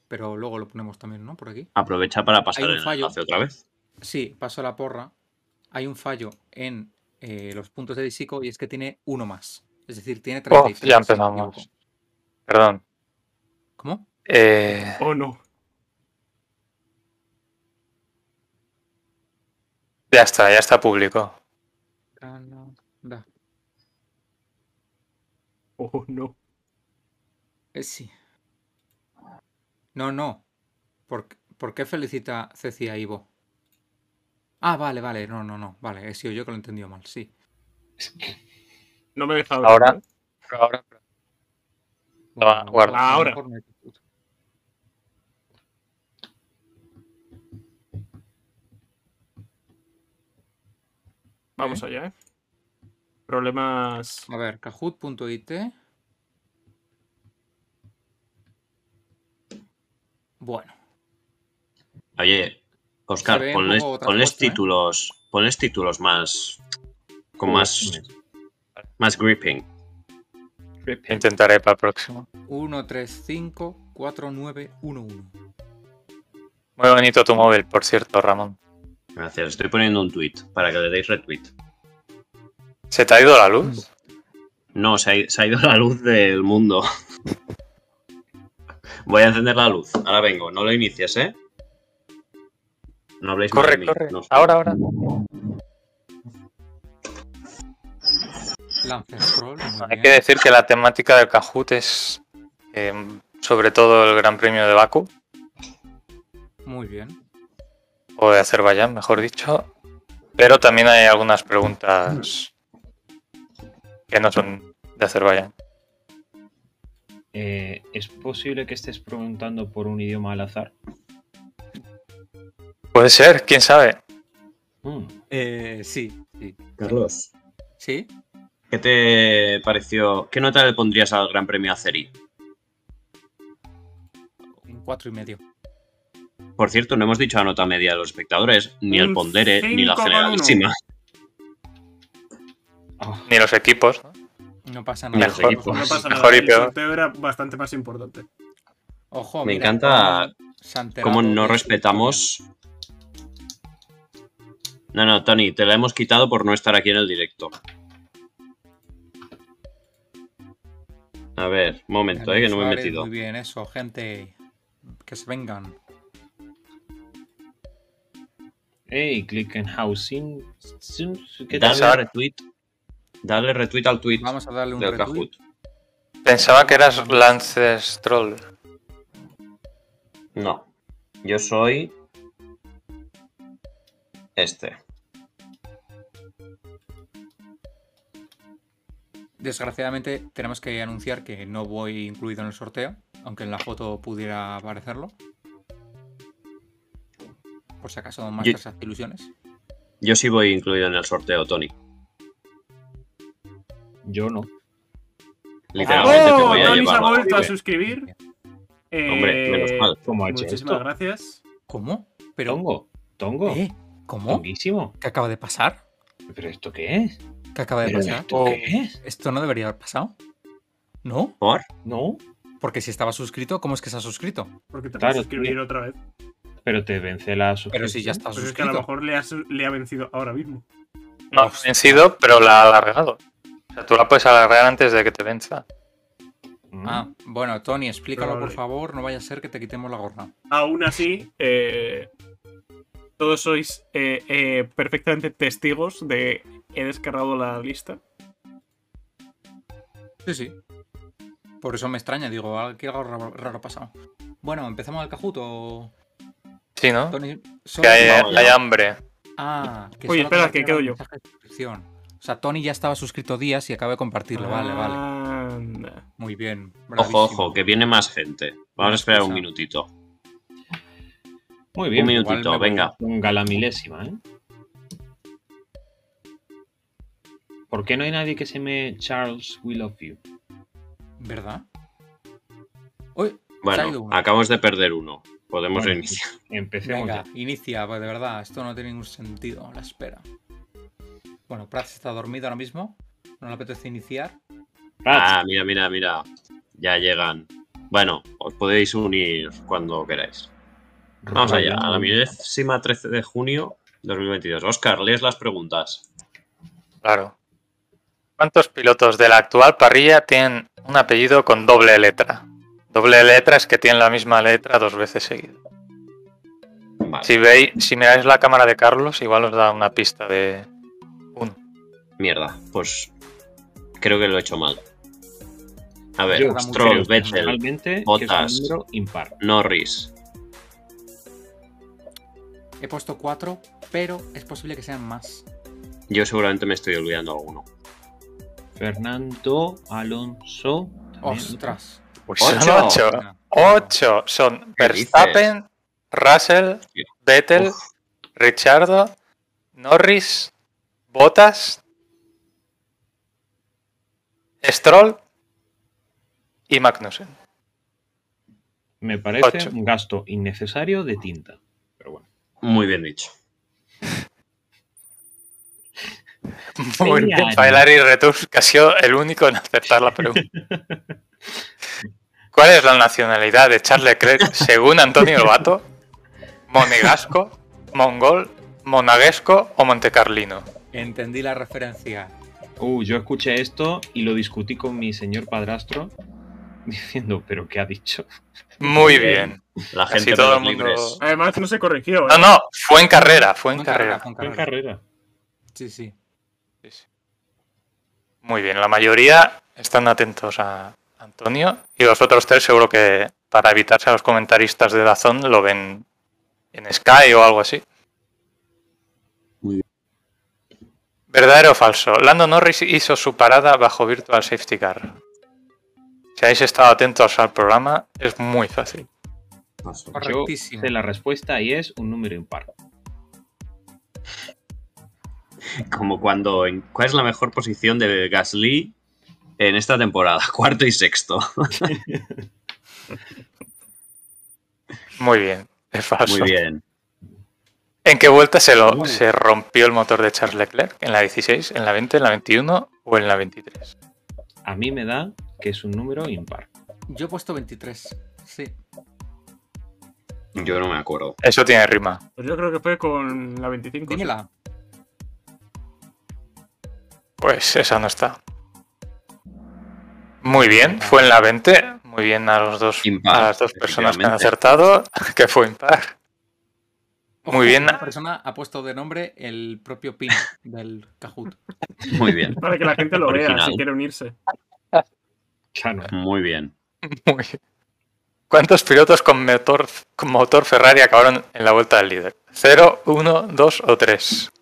pero luego lo ponemos también, ¿no? Por aquí. Aprovecha para Hay pasar un el fallo. enlace otra vez. Sí, paso a la porra. Hay un fallo en eh, los puntos de Disico y es que tiene uno más. Es decir, tiene Oh, 33. ya si no me equivoco. empezamos. Perdón. ¿Cómo? Eh, ¡Oh, no! ya está, ya está público. Canadá. ¡Oh, no! Eh, sí. No, no. ¿Por, qué- por qué felicita Ceci a Ivo? Ah, vale, vale. No, no, no. Vale, he sido yo que lo he entendido mal. Sí. No me he dejado. Ahora. Ahora, Ah, Bueno, guarda. a lo Ahora. mejor no hay que- Vamos allá, ¿eh? Problemas... A ver, kahoot.it. Bueno, Oye, Oscar, Se ve un ponles, poco otra ponles cosa, ¿eh? títulos. Ponles títulos más. con más. más gripping. Repent. intentaré para el próximo. 1354911. Muy bonito tu móvil, por cierto, Ramón. Gracias. Estoy poniendo un tweet para que le deis retweet. ¿Se te ha ido la luz? No, se ha, i- se ha ido la luz del mundo. Voy a encender la luz. Ahora vengo. No lo inicies, ¿eh? No habléis mal de Corre, mí. corre. No os- Ahora, ahora. Lancer Scroll. muy Hay bien. que decir que la temática del Kahoot es eh, sobre todo el Gran Premio de Bakú, Muy bien. o de Azerbaiyán, mejor dicho. Pero también hay algunas preguntas que no son de Azerbaiyán. Eh, ¿Es posible que estés preguntando por un idioma al azar? Puede ser, quién sabe. Mm, Eh, sí, sí. Carlos. ¿Sí? ¿Qué te pareció? ¿Qué nota le pondrías al Gran Premio Aceri? Un cuatro y medio. Por cierto, no hemos dicho la nota media de los espectadores, ni el Un pondere, ni la 5,1. generalísima. ah, Ni los equipos. ¿no? No pasa nada. Mejor. Ojo, No mira, pasa Pues, Mejor y peor. era bastante más importante. Ojo, Me mira, encanta cómo se han enterado ¿Cómo no de su respetamos? No, no, Tony, te la hemos quitado por no estar aquí en el directo. A ver, un eh, historia. momento, eh, que no me he Suárez, metido. Muy bien, eso, gente. Que se vengan. Hey, click en housing. ¿Qué tal? Dale retweet. Dale retweet al tweet Vamos a darle un del retweet. Kahoot. Pensaba que eras Lances Troll. No. Yo soy. Este. Desgraciadamente tenemos que anunciar que no voy incluido en el sorteo, aunque en la foto pudiera aparecerlo. Por si acaso más Yo- esas ilusiones. Yo sí voy incluido en el sorteo, Tony. Yo no. Literalmente te ¡Oh! voy a Tony se ha llevar. vuelto a Hombre, suscribir. Hombre, Eh, menos mal. ¿Cómo ha hecho Muchísimas esto? gracias. ¿Cómo? Pero. Tongo. Tongo. ¿Eh? ¿Cómo? Tonguísimo. ¿Qué acaba de pasar? ¿Pero esto qué es? ¿Qué acaba de ¿Pero pasar? esto Oh. qué es? Esto no debería haber pasado. ¿No? ¿Por? No. Porque si estaba suscrito, ¿cómo es que se ha suscrito? Porque te Claro, vas a suscribir otra vez. Pero te vence la Pero si ya suscripción. está Pues es que a lo suscrito. mejor le ha, su- le ha vencido ahora mismo. No has vencido, pero la ha alargado. O sea, tú la puedes alargar antes de que te venza. Mm. Ah, bueno, Tony, explícalo por Probable. favor, no vaya a ser que te quitemos la gorra. Aún así, eh, todos sois eh, eh, perfectamente testigos de he descargado la lista. Sí, sí. Por eso me extraña, digo, ah, ¿qué algo raro, raro ha pasado? Bueno, empezamos al cajuto. Sí, ¿no? Tony, solo- Que hay, Vamos, hay ya. hambre. Ah, que Oye, solo espera, que compartieron quedo el yo. mensaje de suscripción. O sea, Tony ya estaba suscrito días y acaba de compartirlo. Vale, Ah. vale. vale. Muy bien. Ojo, bravísimo. ojo, que viene más gente. Vamos a esperar un Cosa. minutito. Muy Un bien. igual me minutito, venga. Ponga la milésima, ¿eh? ¿Por qué no hay nadie que se me Charles We Love You? ¿Verdad? Uy, se ha ido Bueno, uno. acabamos de perder uno. Podemos Bueno. reiniciar. Empecemos Venga, ya. inicia, pues de verdad, esto no tiene ningún sentido, la espera. Bueno, Prats está dormido ahora mismo, no le apetece iniciar. Rats, Ah, mira, mira, mira. Ya llegan. Bueno, os podéis unir cuando queráis. Vamos allá, a la milésima 13 de junio 2022. Oscar, lees las preguntas. Claro. ¿Cuántos pilotos de la actual parrilla tienen un apellido con doble letra? Doble letra es que tienen la misma letra dos veces seguidas. Vale. Si veis, si miráis la cámara de Carlos, igual os da una pista de uno. Mierda, pues creo que lo he hecho mal. A ver, Yo Stroll, creo Vettel, personalmente que es Bottas. un número impar. Norris. He puesto cuatro, pero es posible que sean más. Yo seguramente me estoy olvidando alguno. Fernando Alonso. también otro. ¡Ostras! Pues son Ocho. ocho. Venga, Ocho. Son ¿Qué dices? Verstappen, Russell, Tío. Vettel, Uf. Richardo, Norris, Bottas, Stroll y Magnussen. Me parece Ocho. un gasto innecesario de tinta. Pero bueno. Muy bien dicho. Muy Señor. bien, Faelari Retus, que ha sido el único en aceptar la pregunta. ¿Cuál es la nacionalidad de Charles Leclerc según Antonio Bato? ¿Monegasco, mongol, monaguesco o montecarlino? Entendí la referencia. Uh, yo escuché esto y lo discutí con mi señor padrastro diciendo, ¿pero qué ha dicho? Muy bien. La Casi gente todo de el los mundo- libres. Además, no se corrigió. ¿eh? Ah, No, no, fue en carrera, fue en Juan carrera. Juan Fue en Carrera. carrera. Sí, sí. Sí, sí. Muy bien, la mayoría están atentos a Antonio y los otros tres seguro que para evitarse a los comentaristas de Dazón lo ven en Sky o algo así. Muy bien. ¿Verdadero o falso? Lando Norris hizo su parada bajo Virtual Safety Car. Si habéis estado atentos al programa, es muy fácil. Paso. Yo Correctísimo. sé la respuesta y es un número impar. Como cuando. en- ¿Cuál es la mejor posición de Gasly en esta temporada? Cuarto y sexto. Muy bien, es falso. Muy bien. ¿En qué vuelta se, lo- Muy bien. se rompió el motor de Charles Leclerc? ¿En la 16, en la 20, en la 21 o en la 23? A mí me da que es un número impar. Yo he puesto 23. Sí. Pues Yo no me acuerdo. Eso tiene rima. Pues yo creo que fue con la 25. sí. Dímela. Pues esa no está. Muy bien, fue en la 20. Muy bien a, los dos, Impar, a las dos personas que han efectivamente. acertado, que fue impar. Muy bien. Una persona ha puesto de nombre el propio pin del Kahoot. Muy bien, Para que la gente lo vea Original. si quiere unirse. Claro. muy bien. Muy bien. ¿Cuántos pilotos con motor, con motor Ferrari acabaron en la vuelta del líder? ¿Cero, uno, dos o tres?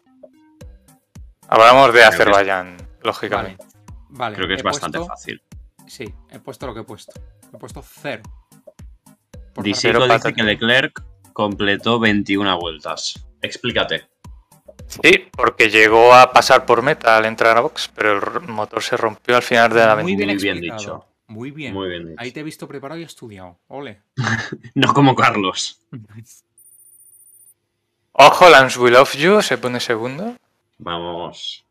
Hablamos de Creo que- Azerbaiyán, Vale. lógicamente. vale, Creo que es he bastante puesto- fácil. Sí, he puesto lo que he puesto. He puesto cero. Por Dice- parte- Disico dice Patrick. que Leclerc completó 21 vueltas. Explícate. Sí, porque llegó a pasar por meta al entrar a box, pero el r- motor se rompió al final de la muy aventura. bien, muy bien explicado. dicho. Muy bien. Muy bien. dicho. Ahí te he visto preparado y estudiado. Ole. No como Carlos. Ojo, Lance We Love You se pone segundo. Vamos.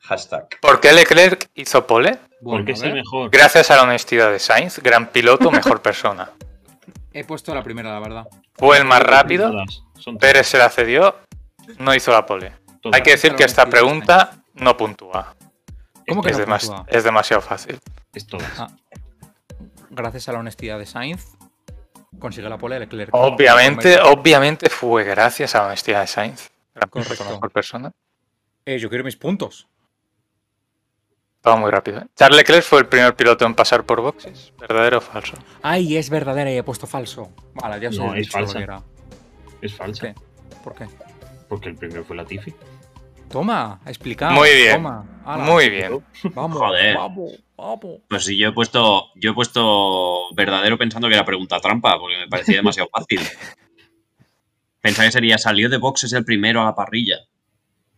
Hashtag. ¿Por qué Leclerc hizo pole? Bueno, Porque a es el ver, mejor. Gracias a la honestidad de Sainz, gran piloto, mejor persona. he puesto la primera, la verdad. Fue el más rápido, Todas, son todas, Pérez se la cedió, no hizo la pole. todas. Hay que decir que esta pregunta no puntúa. ¿Cómo que es, no demas- puntúa? es demasiado fácil. Es todas. Gracias a la honestidad de Sainz, consigue la pole de Leclerc. Obviamente, Correcto. obviamente fue gracias a la honestidad de Sainz. Gran piloto, Correcto. mejor persona. Eh, yo quiero mis puntos. Todo muy rápido. ¿eh? Charles Leclerc fue el primer piloto en pasar por boxes. ¿Verdadero o falso? Ay, es verdadera y he puesto falso. Vale, ya os No, he es dicho lo falsa. que era. Es falsa. ¿Por qué? Porque el primero fue Latifi. Toma, explicado. Muy bien. Toma, Ah, ala, Muy bien. Vamos, Joder. vamos, vamos. Pues sí, yo he puesto, yo he puesto verdadero pensando que era pregunta trampa, porque me parecía demasiado fácil. Pensaba que sería salió de boxes el primero a la parrilla.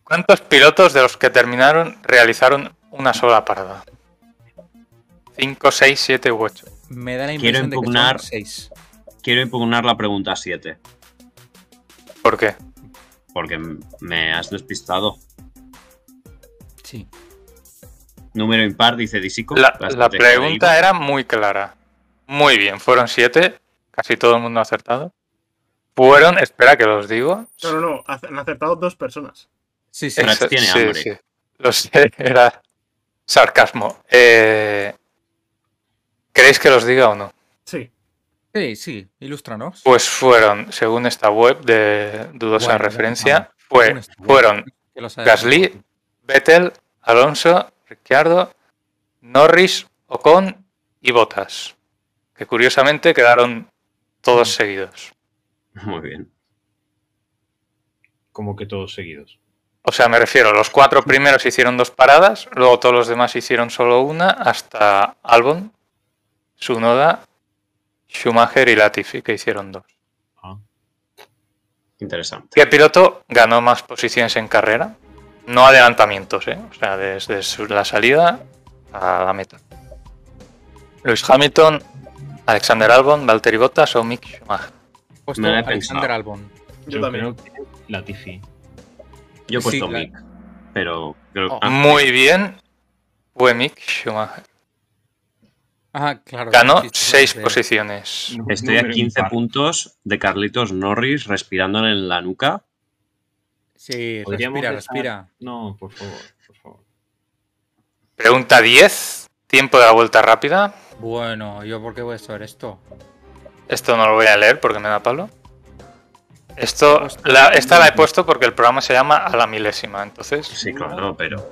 ¿Cuántos pilotos de los que terminaron realizaron una sola parada? 5, 6, 7 u 8. Me da la Quiero impresión de que son impugnar- seis. Quiero impugnar la pregunta 7, ¿Por qué? porque m- me has despistado. Sí. Número impar, dice Disico. La, La la estrategia de pregunta era muy clara. Muy bien, fueron 7. Casi todo el mundo ha acertado. Fueron, espera que los digo. No, no, no. ac- Han acertado dos personas. Sí, sí. Era- Trach Eso- este tiene sí, hambre. sí. Lo sé, era sarcasmo. Eh, ¿Queréis que los diga o no? Sí. Sí, sí, ilústranos. Pues fueron, según esta web de dudosa Bueno, ya referencia, empezamos. fue, Según esta eh, web. fueron Que los haya- Gasly, Vettel, Alonso, Ricciardo, Norris, Ocon y Botas. Que curiosamente quedaron todos seguidos. Yu. Muy bien. Como que todos seguidos. O sea, me refiero, los cuatro primeros hicieron dos paradas, luego todos los demás hicieron solo una, hasta Albon, Sunoda, Schumacher y Latifi, que hicieron dos. Ah. Interesante. ¿Qué piloto ganó más posiciones en carrera? No adelantamientos, ¿eh? O sea, desde su- la salida a la meta. Lewis Hamilton, Alexander Albon, Valtteri Bottas o Mick Schumacher. He puesto me la he Alexander pensado. Albon. Yo, Yo, también. creo que Latifi. Yo he Sí, puesto la- Mick, pero creo Oh. ah, Muy bien, fue Mick Schumacher. Ajá, claro. Ganó sí, sí, sí, seis sí. posiciones. estoy a Número 15 impar. puntos de Carlitos Norris respirando en la nuca. Sí, Podríamos respira, estar- respira. No, por favor, por favor. Pregunta 10, tiempo de la vuelta rápida. Bueno, ¿yo por qué voy a saber esto? Esto no lo voy a leer porque me da palo. Esto, la- esta la he puesto porque el programa se llama A la milésima, entonces Sí, claro, pero.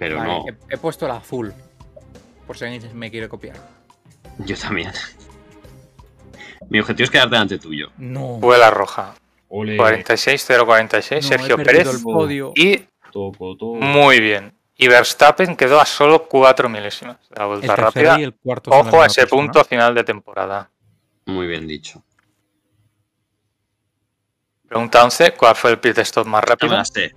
Pero Mm. Vale, no, he, he puesto la azul. Por si alguien me quiere copiar. yo también. Mi objetivo es quedar delante tuyo. No. fue la roja. Ole, 46, 046, No, Sergio he perdido Pérez. el podio. Y toco, toco. muy bien. Y Verstappen quedó a solo 4 milésimas de la El vuelta tercero rápida. y el cuarto son la Ojo a misma ese persona. punto final de temporada. Muy bien dicho. Pregunta 11, ¿cuál fue el pit stop más No me rápido? las sé.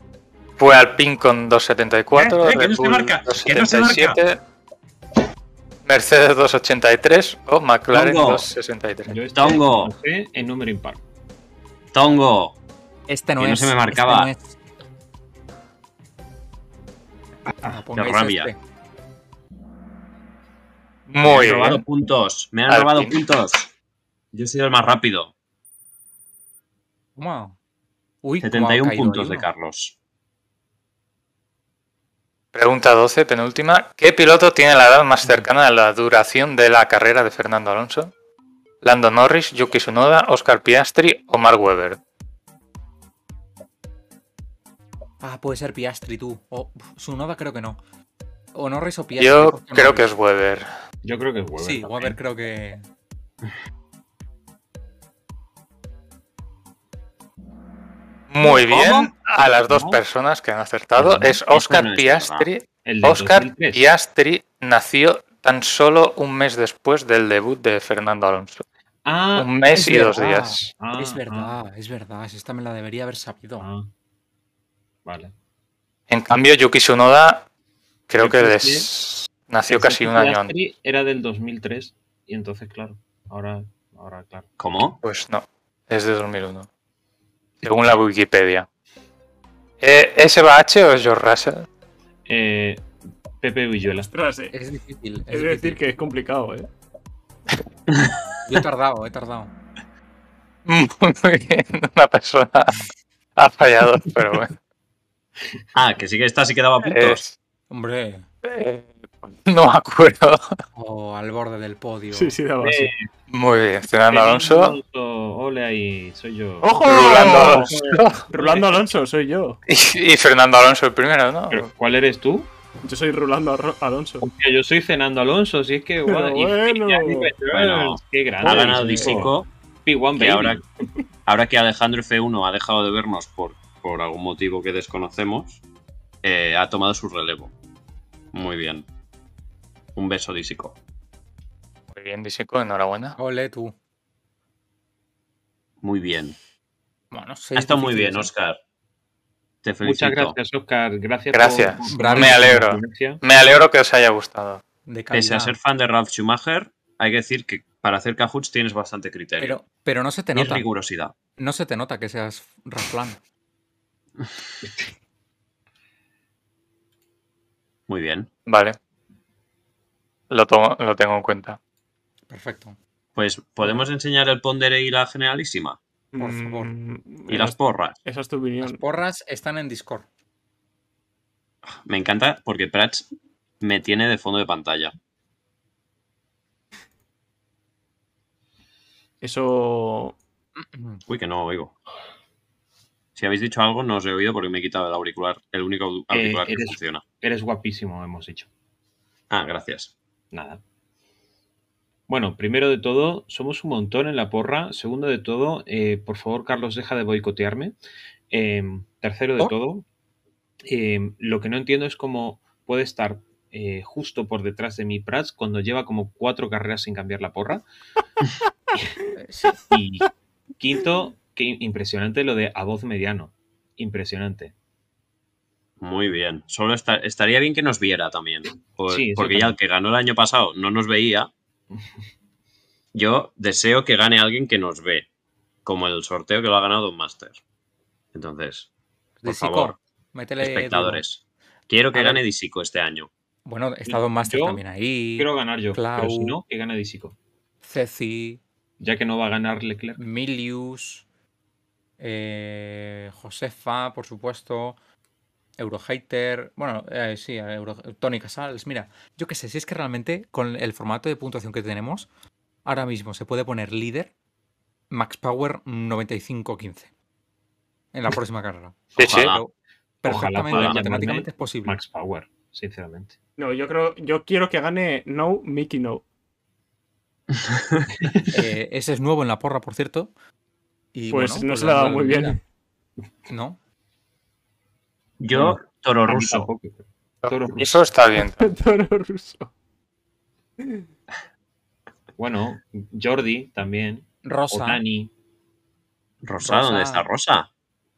Fue Alpine con 2.74, Eh, eh, que no Red se Bull marca, que no se 2.77, Mercedes 2.83 o McLaren Tongo. 2.63. Yo este Tongo. lo sé en número impar. Tongo, Este no es. Que no se me este marcaba. no es. Ah, pongáis rabia. este. me Muy han robado bien. puntos. Me han Al robado fin. puntos. Yo he sido el más rápido. Toma. Uy, cómo ha 71 caído puntos ahí de uno. Carlos. Pregunta 12, penúltima. ¿Qué piloto tiene la edad más cercana a la duración de la carrera de Fernando Alonso? Lando Norris, Yuki Tsunoda, Oscar Piastri o Mark Webber. Ah, puede ser Piastri tú. O uf, Sunoda creo que no. O Norris o Piastri. Yo porque creo Norris. que es Webber. Yo creo que es Weber. Sí, también. Weber creo que. Muy ¿Cómo? bien. A las dos ¿Cómo? personas que han acertado Ajá, es eso Oscar no es Piastri. El de Oscar 2003. Piastri nació tan solo un mes después del debut de Fernando Alonso. Ah, Un mes es y dos verdad. días. ah, es ah, verdad, es verdad. si Esta me la debería haber sabido. ah. Vale. En cambio, Yuki Tsunoda creo Yo que creo que les nació Pensé casi que un año antes. Piastri Era del 2003 y entonces, claro, ahora, ahora claro. ¿Cómo? Pues no, es de 2001. Según la Wikipedia. Eh, ¿Es Eva H o es George Russell? Eh, Pepe Villuela. Ostras, eh. Es difícil. He Es de decir difícil. que es complicado, ¿eh? Yo he tardado, he tardado. Muy bien, una persona ha fallado, pero bueno. Ah, que sí que esta sí quedaba Eh, puntos. es- Hombre. eh, no me acuerdo. O al borde del podio. Sí, sí, daba así. Eh, Muy bien, Fernando Alonso. Alonso, Ole ahí, soy yo. ¡Ojo! Rolando Alonso. Rulando Alonso, soy yo. Y, y Fernando Alonso el primero, ¿no? Pero, ¿Cuál eres tú? Yo soy Rulando Arro- Alonso. Hostia, yo soy Fernando Alonso, si es que Pero guau, y- bueno. y Gianni Returns, Bueno, qué grande. Ha ganado chico. Disico. P1 Y baby. ahora, ahora que Alejandro F1 ha dejado de vernos por, por algún motivo que desconocemos, eh, ha tomado su relevo. Muy bien. Un beso dísico. Muy bien, Disico, enhorabuena. Ole tú. Muy bien. Bueno, sí, Ha estado muy difícil, bien, sí. Oscar. Te felicito. Muchas gracias, Oscar. Gracias. Gracias. por- Bravo. Me alegro. Gracias. Me alegro que os haya gustado. De Pese a calidad. ser fan de Ralph Schumacher, hay que decir que para hacer Cajuts tienes bastante criterio. Pero, pero no se te y nota. rigurosidad. No se te nota que seas Raflan. Muy bien. Vale. Lo, tomo- lo tengo en cuenta. Perfecto. Pues podemos enseñar el pondere y la generalísima. Por favor. Mm, Y las porras. Esa es tu opinión. Las porras están en Discord. Me encanta porque Prats me tiene de fondo de pantalla. Eso. Uy, que no oigo. Si habéis dicho algo, no os he oído porque me he quitado el auricular, el único au- Eh, auricular que eres- funciona. Eres guapísimo, hemos dicho. Ah, gracias. Nada. Bueno, primero de todo, somos un montón en la porra. Segundo de todo, eh, por favor, Carlos, deja de boicotearme. Eh, tercero de ¿Por? todo, eh, lo que no entiendo es cómo puede estar eh, justo por detrás de mi Prats cuando lleva como cuatro carreras sin cambiar la porra. Eh, sí. Y quinto, que impresionante lo de a voz mediano. Impresionante. Muy bien. Solo esta- estaría bien que nos viera también. por- Sí, eso porque ya el que ganó el año pasado no nos veía. Yo deseo que gane alguien que nos ve. Como el sorteo que lo ha ganado un máster. Entonces, por Disico, favor, métele duro. espectadores. Quiero que A ver. gane Disico este año. Bueno, está Don Master Yo también ahí. Quiero ganar yo, Clau. pero si no, que gane Disico. Ceci, Ya que no va a ganar Leclerc. Milius, eh, Josefa, por supuesto, Eurohater, bueno, eh, sí, Euro- Tony Casals. Mira, yo qué sé, si es que realmente con el formato de puntuación que tenemos, ahora mismo se puede poner líder Max Power 95-15 en la próxima carrera. Sí, sí. Ojalá. Pero Perfectamente, pueda llamarme matemáticamente es posible. Max Power, sinceramente. No, yo creo. Yo quiero que gane No Mickey No. Eh, ese es nuevo en la porra, por cierto. Y, Pues bueno, no se le ha dado la muy bien. bienvenida. No, Yo, Toro A mí Ruso. tampoco. Toro Y Eso está bien. Toro ruso. Bueno, Jordi también. Rosa. O Dani. Rosa, ¿dónde Rosa. está Rosa?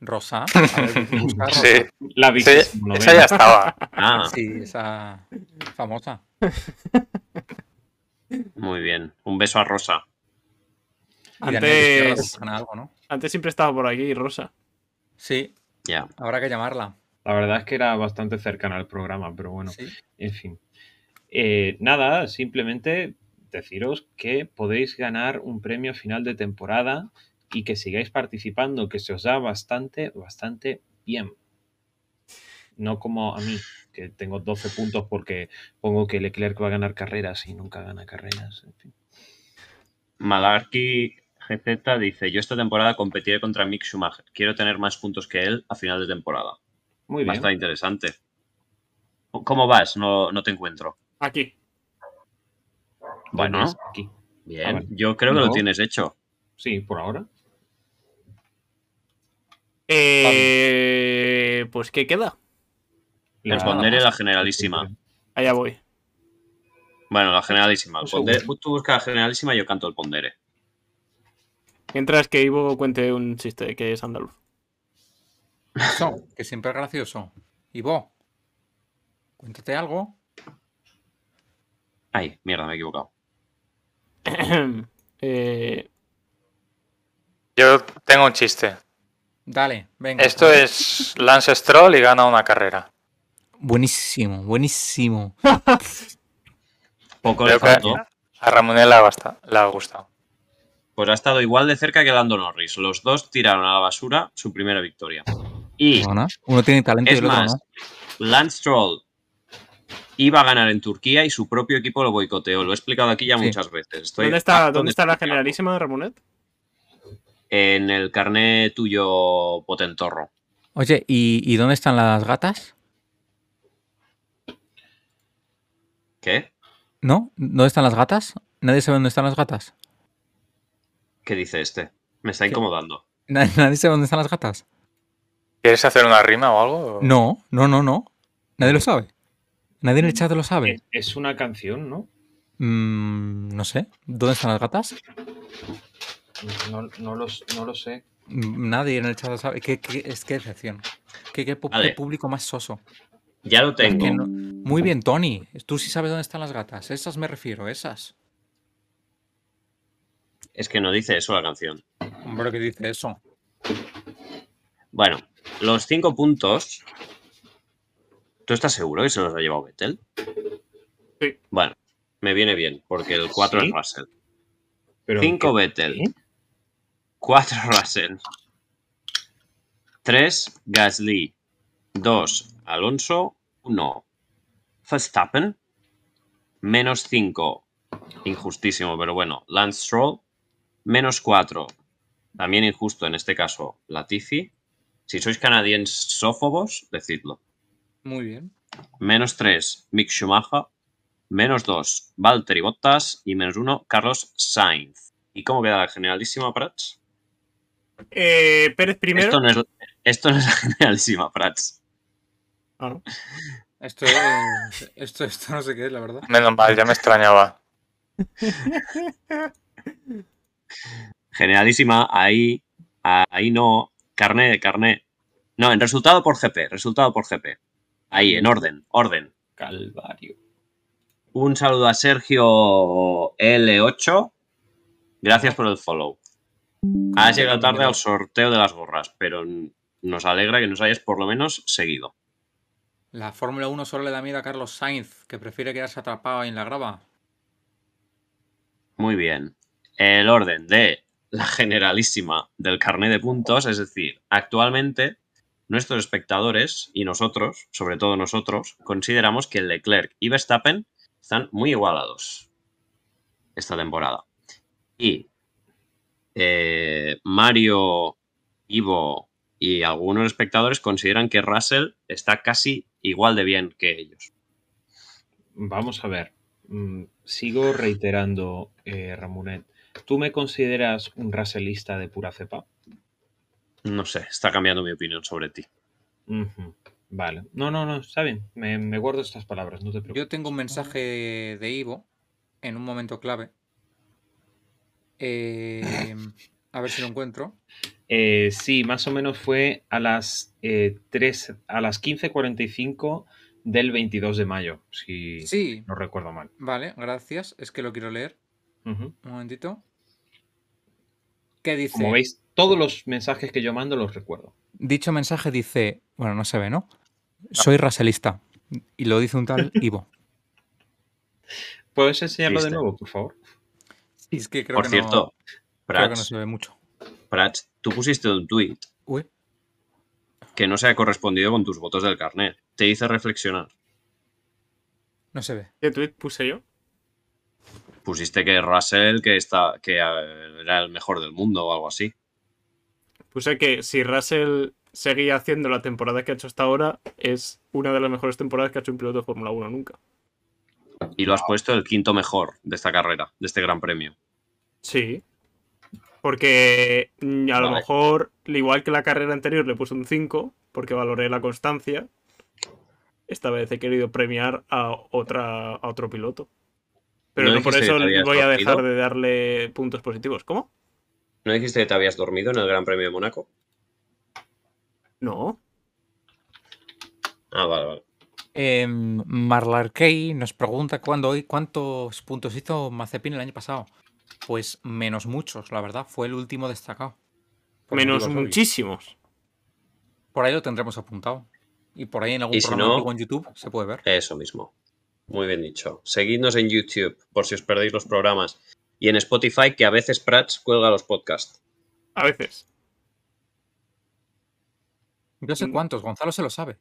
Rosa. A ver, busca Rosa. Sí, La sí, vigésimo esa ya novena. estaba. Ah, Sí, esa famosa. muy bien. Un beso a Rosa. Y Daniel Izquierdo, Antes- que gana algo, ¿no? Antes siempre estaba por aquí, Rosa. Sí, Ya. habrá que llamarla. La verdad es que era bastante cercana al programa, pero bueno, Sí. en fin. Eh, nada, simplemente deciros que podéis ganar un premio a final de temporada y que sigáis participando, que se os da bastante, bastante bien. No como a mí, que tengo 12 puntos porque pongo que Leclerc va a ganar carreras y nunca gana carreras. en fin. Malarkey GZ dice: Yo esta temporada competiré contra Mick Schumacher. Quiero tener más puntos que él a final de temporada. Muy Va a bien. estar interesante. ¿Cómo vas? No, no te encuentro. Aquí. Bueno, Tienes aquí. Pues Ah, Bien. vale. Yo creo que No. lo tienes hecho. Sí, por ahora. Eh, Pues, ¿qué queda? La- E Responderé la generalísima. Allá voy. Bueno, la generalísima. Un Pondere- tú buscas la generalísima y yo canto el pondere. Mientras que Ivo cuente un chiste que es andaluz. Son, que siempre es gracioso. Y vos, cuéntate algo. Ay, mierda, me he equivocado. Eh, Yo tengo un chiste. Dale, venga. Esto es Lance Stroll y gana una carrera. Buenísimo, buenísimo. Poco le Creo que faltó. a Ramonel le ha basta- le ha gustado. Pues ha estado igual de cerca que Lando Norris. Los dos tiraron a la basura su primera victoria. Y Perdona, Uno tiene talento y es el otro más, no. Lance Stroll iba a ganar en Turquía y su propio equipo lo boicoteó. Lo he explicado aquí ya Sí. muchas veces. Estoy ¿Dónde está, harto ¿dónde de está la explicarlo. generalísima, Ramonet? En el carné tuyo potentorro. Oye, ¿y, y dónde están las gatas? ¿Qué? ¿No? ¿Dónde están las gatas? ¿Nadie sabe dónde están las gatas? ¿Qué dice este? Me está ¿Qué? incomodando. Na- ¿Nadie sabe dónde están las gatas? ¿Quieres hacer una rima o algo? No, no, no, no. Nadie lo sabe. Nadie en el chat lo sabe. Es, es una canción, ¿no? Mm, no sé. ¿Dónde están las gatas? No, no lo, no lo sé. Mm, Nadie en el chat lo sabe. ¿Qué, qué- es que decepción. ¿Qué, qué pu- qué Vale. público más soso? Ya lo Es que tengo. no- Muy bien, Tony. Tú sí sabes dónde están las gatas. Esas me refiero, esas. Es que no dice eso la canción. Hombre, ¿qué dice eso? Bueno, los cinco puntos. ¿Tú estás seguro que se los ha llevado Vettel? Sí. Bueno, me viene bien, porque el 4 ¿Sí? es Russell. Pero 5 ¿qué- Vettel. ¿Sí? 4 Russell. 3 Gasly. 2 Alonso. 1 Verstappen. Menos 5. Injustísimo, pero bueno. Lance Stroll. Menos 4. También injusto en este caso. Latifi. Si sois canadiensófobos, decidlo. Muy bien. Menos 3, Mick Schumacher. Menos 2, Valtteri Bottas. Y menos 1, Carlos Sainz. ¿Y cómo queda la generalísima, Prats? Eh, Pérez primero. Esto no, es, esto no es la generalísima, Prats. Ah, ¿no? Esto, eh, esto, esto no sé qué es, la verdad. Menos mal, ya me extrañaba. Generalísima, ahí, ahí no. Carné, carné. No, en resultado por GP, resultado por GP. Ahí, en orden, orden. Calvario. Un saludo a Sergio L8. Gracias por el follow. Has llegado tarde al sorteo de las gorras, pero n- nos alegra que nos hayas por lo menos seguido. La Fórmula 1 solo le da miedo a Carlos Sainz, que prefiere quedarse atrapado en la grava. Muy bien. El orden de la generalísima del carnet de puntos, es decir, actualmente nuestros espectadores y nosotros, sobre todo nosotros, consideramos que Leclerc y Verstappen están muy igualados esta temporada. Y eh, Mario, Ivo y algunos espectadores consideran que Russell está casi igual de bien que ellos. Vamos a ver. Mm, Sigo reiterando, eh, Ramonet. ¿Tú me consideras un racelista de pura cepa? No sé, está cambiando mi opinión sobre ti. Ujú, Vale. No, no, no, está bien. Me, me guardo estas palabras, no te preocupes. Yo tengo un mensaje de Ivo en un momento clave. Eh, a ver si lo encuentro. Eh, sí, más o menos fue a las eh, 3, a las 15.45 del 22 de mayo, si Sí, no recuerdo mal. vale, gracias. Es que lo quiero leer. Ujú. Un momentito. ¿Qué dice? Como veis, todos los mensajes que yo mando los recuerdo. Dicho mensaje dice, bueno, no se ve, ¿no? Soy racialista. Y lo dice un tal Ivo. ¿Puedes enseñarlo de Triste. nuevo, por favor? Y es que creo Por que cierto, no, creo que no Prats, se ve mucho. Prats, tú pusiste un tuit Uy, que no se ha correspondido con tus votos del carnet. Te hice reflexionar. no se ve. ¿Qué tweet puse yo? pusiste que Russell que, está, que eh, era el mejor del mundo o algo así. Puse que si Russell seguía haciendo la temporada que ha hecho hasta ahora, es una de las mejores temporadas que ha hecho un piloto de Fórmula 1 nunca. Y lo has puesto el quinto mejor de esta carrera, de este gran premio. Sí. Porque mm, a lo Vale. mejor, al igual que la carrera anterior, le puse un 5 porque valoré la constancia. Esta vez he querido premiar a, otra, a otro piloto. Pero ¿No no, por dijiste eso que te habías voy a dejar dormido? de darle puntos positivos. ¿Cómo? ¿No dijiste que te habías dormido en el Gran Premio de Mónaco? No. Ah, vale, vale. Eh, Marlarkey nos pregunta cuándo y cuántos puntos hizo Mazepin el año pasado. Pues menos muchos, la verdad. Fue el último destacado. Por Menos motivos obvios. muchísimos. Por ahí lo tendremos apuntado. Y por ahí en algún Y si programa no- antiguo en YouTube se puede ver. Eso mismo. Muy bien dicho. Seguidnos en YouTube por si os perdéis los programas. Y en Spotify, que a veces Prats cuelga los podcasts. A veces. Yo sé mm. cuántos, Gonzalo se lo sabe.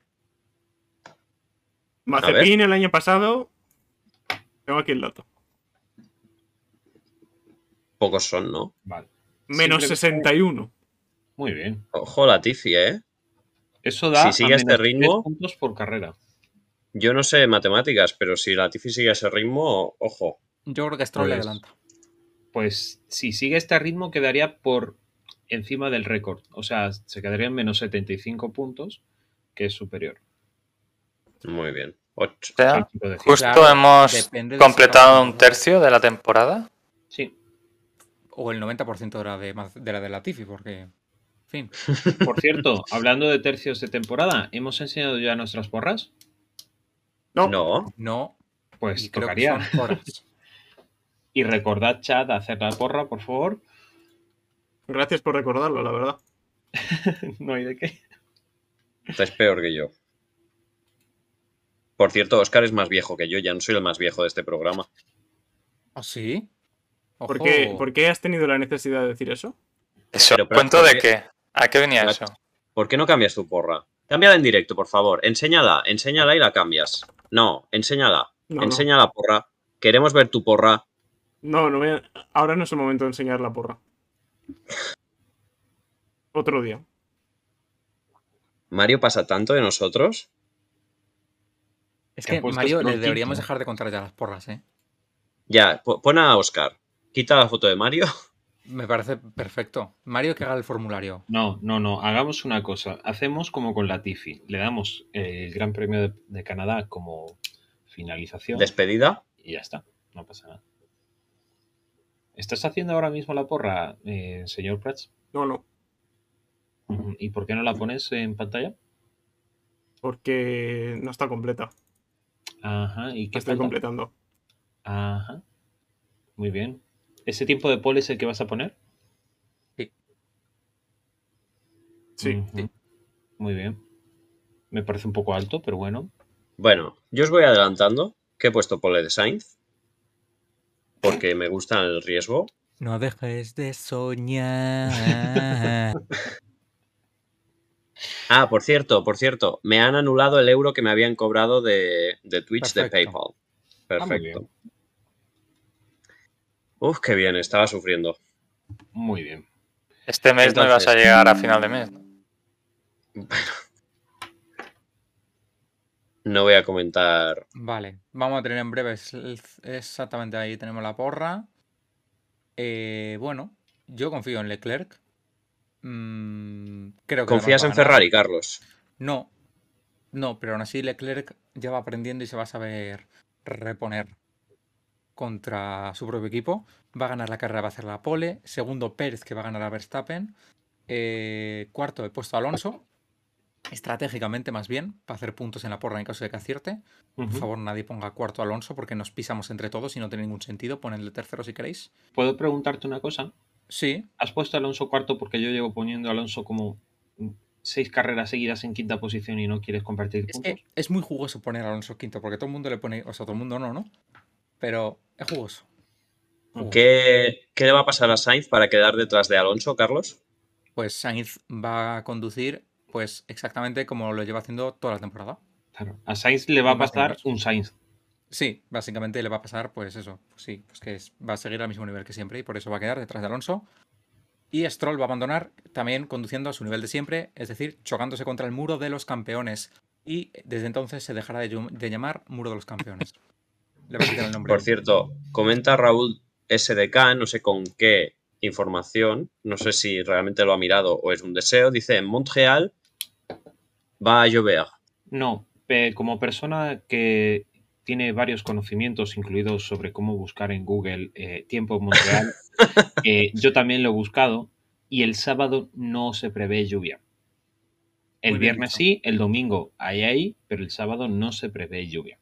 Mazepin el año pasado. Tengo aquí el dato. Pocos son, ¿no? Vale. Menos Siempre- 61. Muy bien. Ojo la Tifi, ¿eh? Eso da Si sigue a este menos ritmo- tres puntos por carrera. Yo no sé matemáticas, pero si la Tifi sigue a ese ritmo, ojo. Yo creo que Stroll le Pues- adelanta. Pues si sigue este ritmo quedaría por encima del récord. O sea, se quedaría en menos 75 puntos, que es superior. Muy bien. Ocho. Ah. O sea, al que decía. justo Claro, hemos depende de si completado acaba- un tercio de la temporada. Sí. O el 90% de la de, Maz- de la de Latifi, porque. En fin. Por cierto, hablando de tercios de temporada, ¿hemos enseñado ya nuestras porras? No. No. No. Pues y creo que tocaría. son horas. Y recordad, chat, hacer la porra, por favor. Gracias por recordarlo, la verdad. No hay de qué. Estáis peor que yo. Por cierto, Oscar es más viejo que yo, ya no soy el más viejo de este programa. ¿Ah, sí? Ojo. ¿Por qué, por qué has tenido la necesidad de decir eso? Eso, Pero, pero, ¿cuento ¿por de qué? qué? ¿A qué venía eso? Exacto. ¿Por qué no cambias tu porra? Cámbiala en directo, por favor. Enséñala, enséñala y la cambias. No, enséñala. No, no. enséñala, porra. Queremos ver tu porra. No, no voy a- ahora no es el momento de enseñar la porra. Otro día. Mario pasa tanto de nosotros. Es Te que, han puesto Mario, le Stroll deberíamos quinto. dejar de contar ya las porras, ¿eh? Ya, po- pon a Oscar. Quita la foto de Mario. Me parece perfecto. Mario que haga el formulario. No, no, no. Hagamos una cosa. Hacemos como con la Tifi. Le damos eh, el Gran Premio de, de Canadá como finalización Despedida. y ya está. No pasa nada. ¿Estás haciendo ahora mismo la porra, eh, señor Prats? No, no. Ujú. ¿Y por qué no la pones en pantalla? Porque no está completa. Ajá. ¿Y La qué estoy falta? completando. Ajá. Muy bien. ¿Ese tiempo de pole es el que vas a poner? Sí. Ujú. Muy bien. Me parece un poco alto, pero bueno. Bueno, yo os voy adelantando que he puesto pole de Sainz. Porque me gusta el riesgo. No dejes de soñar. Ah, por cierto, por cierto, me han anulado el euro que me habían cobrado de, de Twitch de Perfecto. PayPal. Ah, muy bien. Perfecto. Uf, qué bien, estaba sufriendo. Muy bien. Este mes no ibas a Entonces- llegar a final de mes. ¿no? No voy a comentar. vale, vamos a tener en breve es- es- exactamente ahí tenemos la porra. Eh, bueno, yo confío en Leclerc. Mm, creo que ¿Confías en además va a ganar. Ferrari, Carlos? No, no, pero aún así Leclerc ya va aprendiendo y se va a saber reponer contra su propio equipo. Va a ganar la carrera, va a hacer la pole. Segundo, Pérez, que va a ganar a Verstappen. Eh, cuarto, he puesto a Alonso. Estratégicamente, más bien, para hacer puntos en la porra en caso de que acierte. Ujú. Por favor, nadie ponga cuarto a Alonso porque nos pisamos entre todos y no tiene ningún sentido. Ponedle tercero si queréis. ¿Puedo preguntarte una cosa? Sí, ¿Has puesto a Alonso cuarto porque yo llevo poniendo a Alonso como seis carreras seguidas en quinta posición y no quieres compartir es puntos? que es muy jugoso poner a Alonso quinto porque todo el mundo le pone. O sea, todo el mundo no, ¿no? Pero es jugoso. Jugoso. ¿Qué, qué le va a pasar a Sainz para quedar detrás de Alonso, Carlos? Pues Sainz va a conducir pues exactamente como lo lleva haciendo toda la temporada. Claro. A Sainz le va a Más o pasar menos. un Sainz. Sí, básicamente le va a pasar, pues eso, pues sí, pues que es- va a seguir al mismo nivel que siempre y por eso va a quedar detrás de Alonso. Y Stroll va a abandonar también conduciendo a su nivel de siempre, es decir, chocándose contra el muro de los campeones. Y desde entonces se dejará de, llum- de llamar muro de los campeones. Le va a quitar el nombre. Por cierto, comenta Raúl SDK, no sé con qué información, no sé si realmente lo ha mirado o es un deseo, dice, en Montreal va a llover. No, eh, como persona que tiene varios conocimientos, incluidos sobre cómo buscar en Google eh, tiempo en Montreal, eh, yo también lo he buscado y el sábado no se prevé lluvia. El Muy bien viernes dicho. sí, el domingo hay ahí, pero el sábado no se prevé lluvia.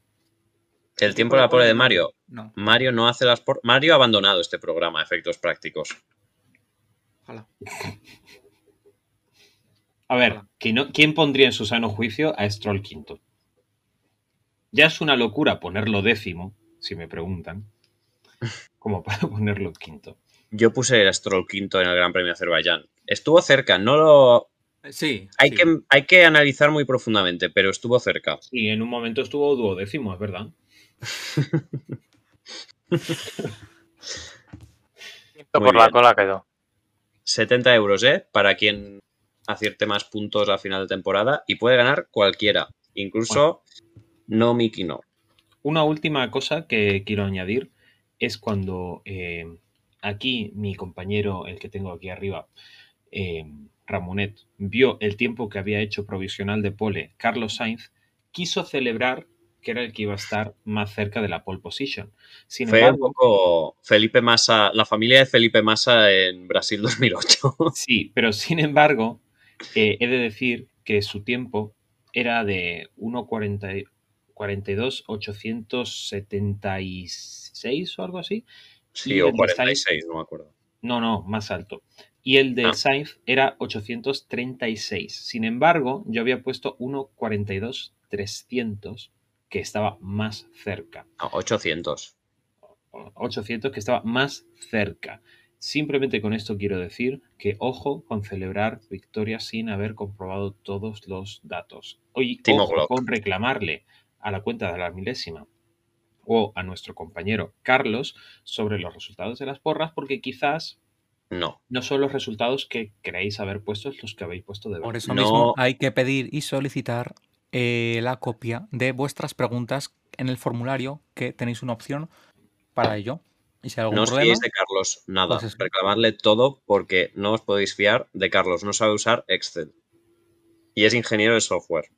El tiempo de la pole de Mario. No, Mario no hace las por- Mario ha abandonado este programa, efectos prácticos. ojalá. A ver, Hola. ¿quién, no- ¿quién pondría en su sano juicio a Stroll quinto? Ya es una locura ponerlo décimo, si me preguntan, como para ponerlo quinto. Yo puse el Stroll quinto en el Gran Premio de Azerbaiyán. Estuvo cerca, no lo... Eh, Sí. Hay, sí. que, hay que analizar muy profundamente, pero estuvo cerca. Y en un momento estuvo duodécimo, es verdad. Quinto Muy por la bien. cola quedó. 70 euros, ¿eh? Para quien acierte más puntos a final de temporada y puede ganar cualquiera, incluso no Miki no. Una última cosa que quiero añadir es cuando eh, aquí mi compañero, el que tengo aquí arriba, eh, Ramonet, vio el tiempo que había hecho provisional de pole Carlos Sainz, quiso celebrar que era el que iba a estar más cerca de la pole position. Sin Fue un embargo, poco Felipe Massa, la familia de Felipe Massa en Brasil 2008. Sí, pero sin embargo, eh, he de decir que su tiempo era de 1.42.876 o algo así. Sí, Y o el de Sainz. 46, no me acuerdo. No, no, más alto. Y el de Ah. Sainz era 836. Sin embargo, yo había puesto 1.42.300, que estaba más cerca. No, 800. 800 que estaba más cerca. Simplemente con esto quiero decir que ojo con celebrar victorias sin haber comprobado todos los datos. Hoy Timo ojo Glock. con reclamarle a la cuenta de la milésima o a nuestro compañero Carlos sobre los resultados de las porras porque quizás No. no son los resultados que creéis haber puesto los que habéis puesto de Por verdad. eso No. mismo hay que pedir y solicitar eh, la copia de vuestras preguntas en el formulario que tenéis una opción para ello. Y si hay algún No os problema, fiéis de Carlos nada. Pues eso. Reclamadle todo porque no os podéis fiar de Carlos. No sabe usar Excel. Y es ingeniero de software.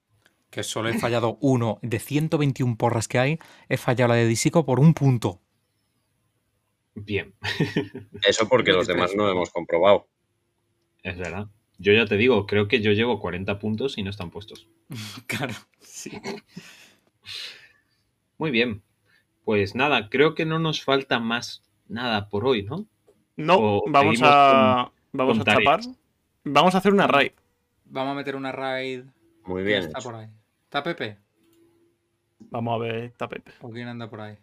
que solo he fallado uno de 121 porras que hay, he fallado la de Disico por un punto. Bien, Eso porque los demás no lo hemos comprobado. es verdad. Yo ya te digo, creo que yo llevo 40 puntos y no están puestos. Claro, sí. Muy bien. Pues nada, creo que no nos falta más nada por hoy, ¿no? No, O vamos seguimos a. Vamos con a chapar. tareas. Vamos a hacer una raid. Vamos a meter una raid. Muy ¿Quién bien. está hecho. por ahí? ¿Está Pepe? Vamos a ver, está Pepe. ¿O quién anda por ahí?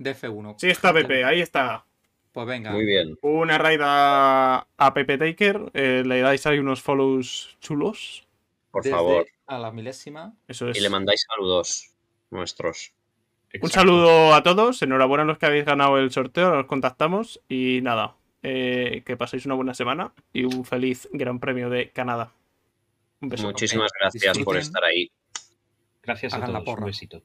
DF1. Sí, está Pepe, ahí está. Pues venga. Muy bien. Una raid a, a Pepe Taker. eh, le dais ahí unos follows chulos. Por Desde pues favor. A la milésima. Eso es. Y le mandáis saludos nuestros. Un Exacto. saludo a todos. Enhorabuena a los que habéis ganado el sorteo. Los contactamos. Y nada, eh, que paséis una buena semana y un feliz Gran Premio de Canadá. Un beso. Muchísimas gracias por pues Disfruten. estar ahí. Gracias a Hagan la todos. Un porra. besito.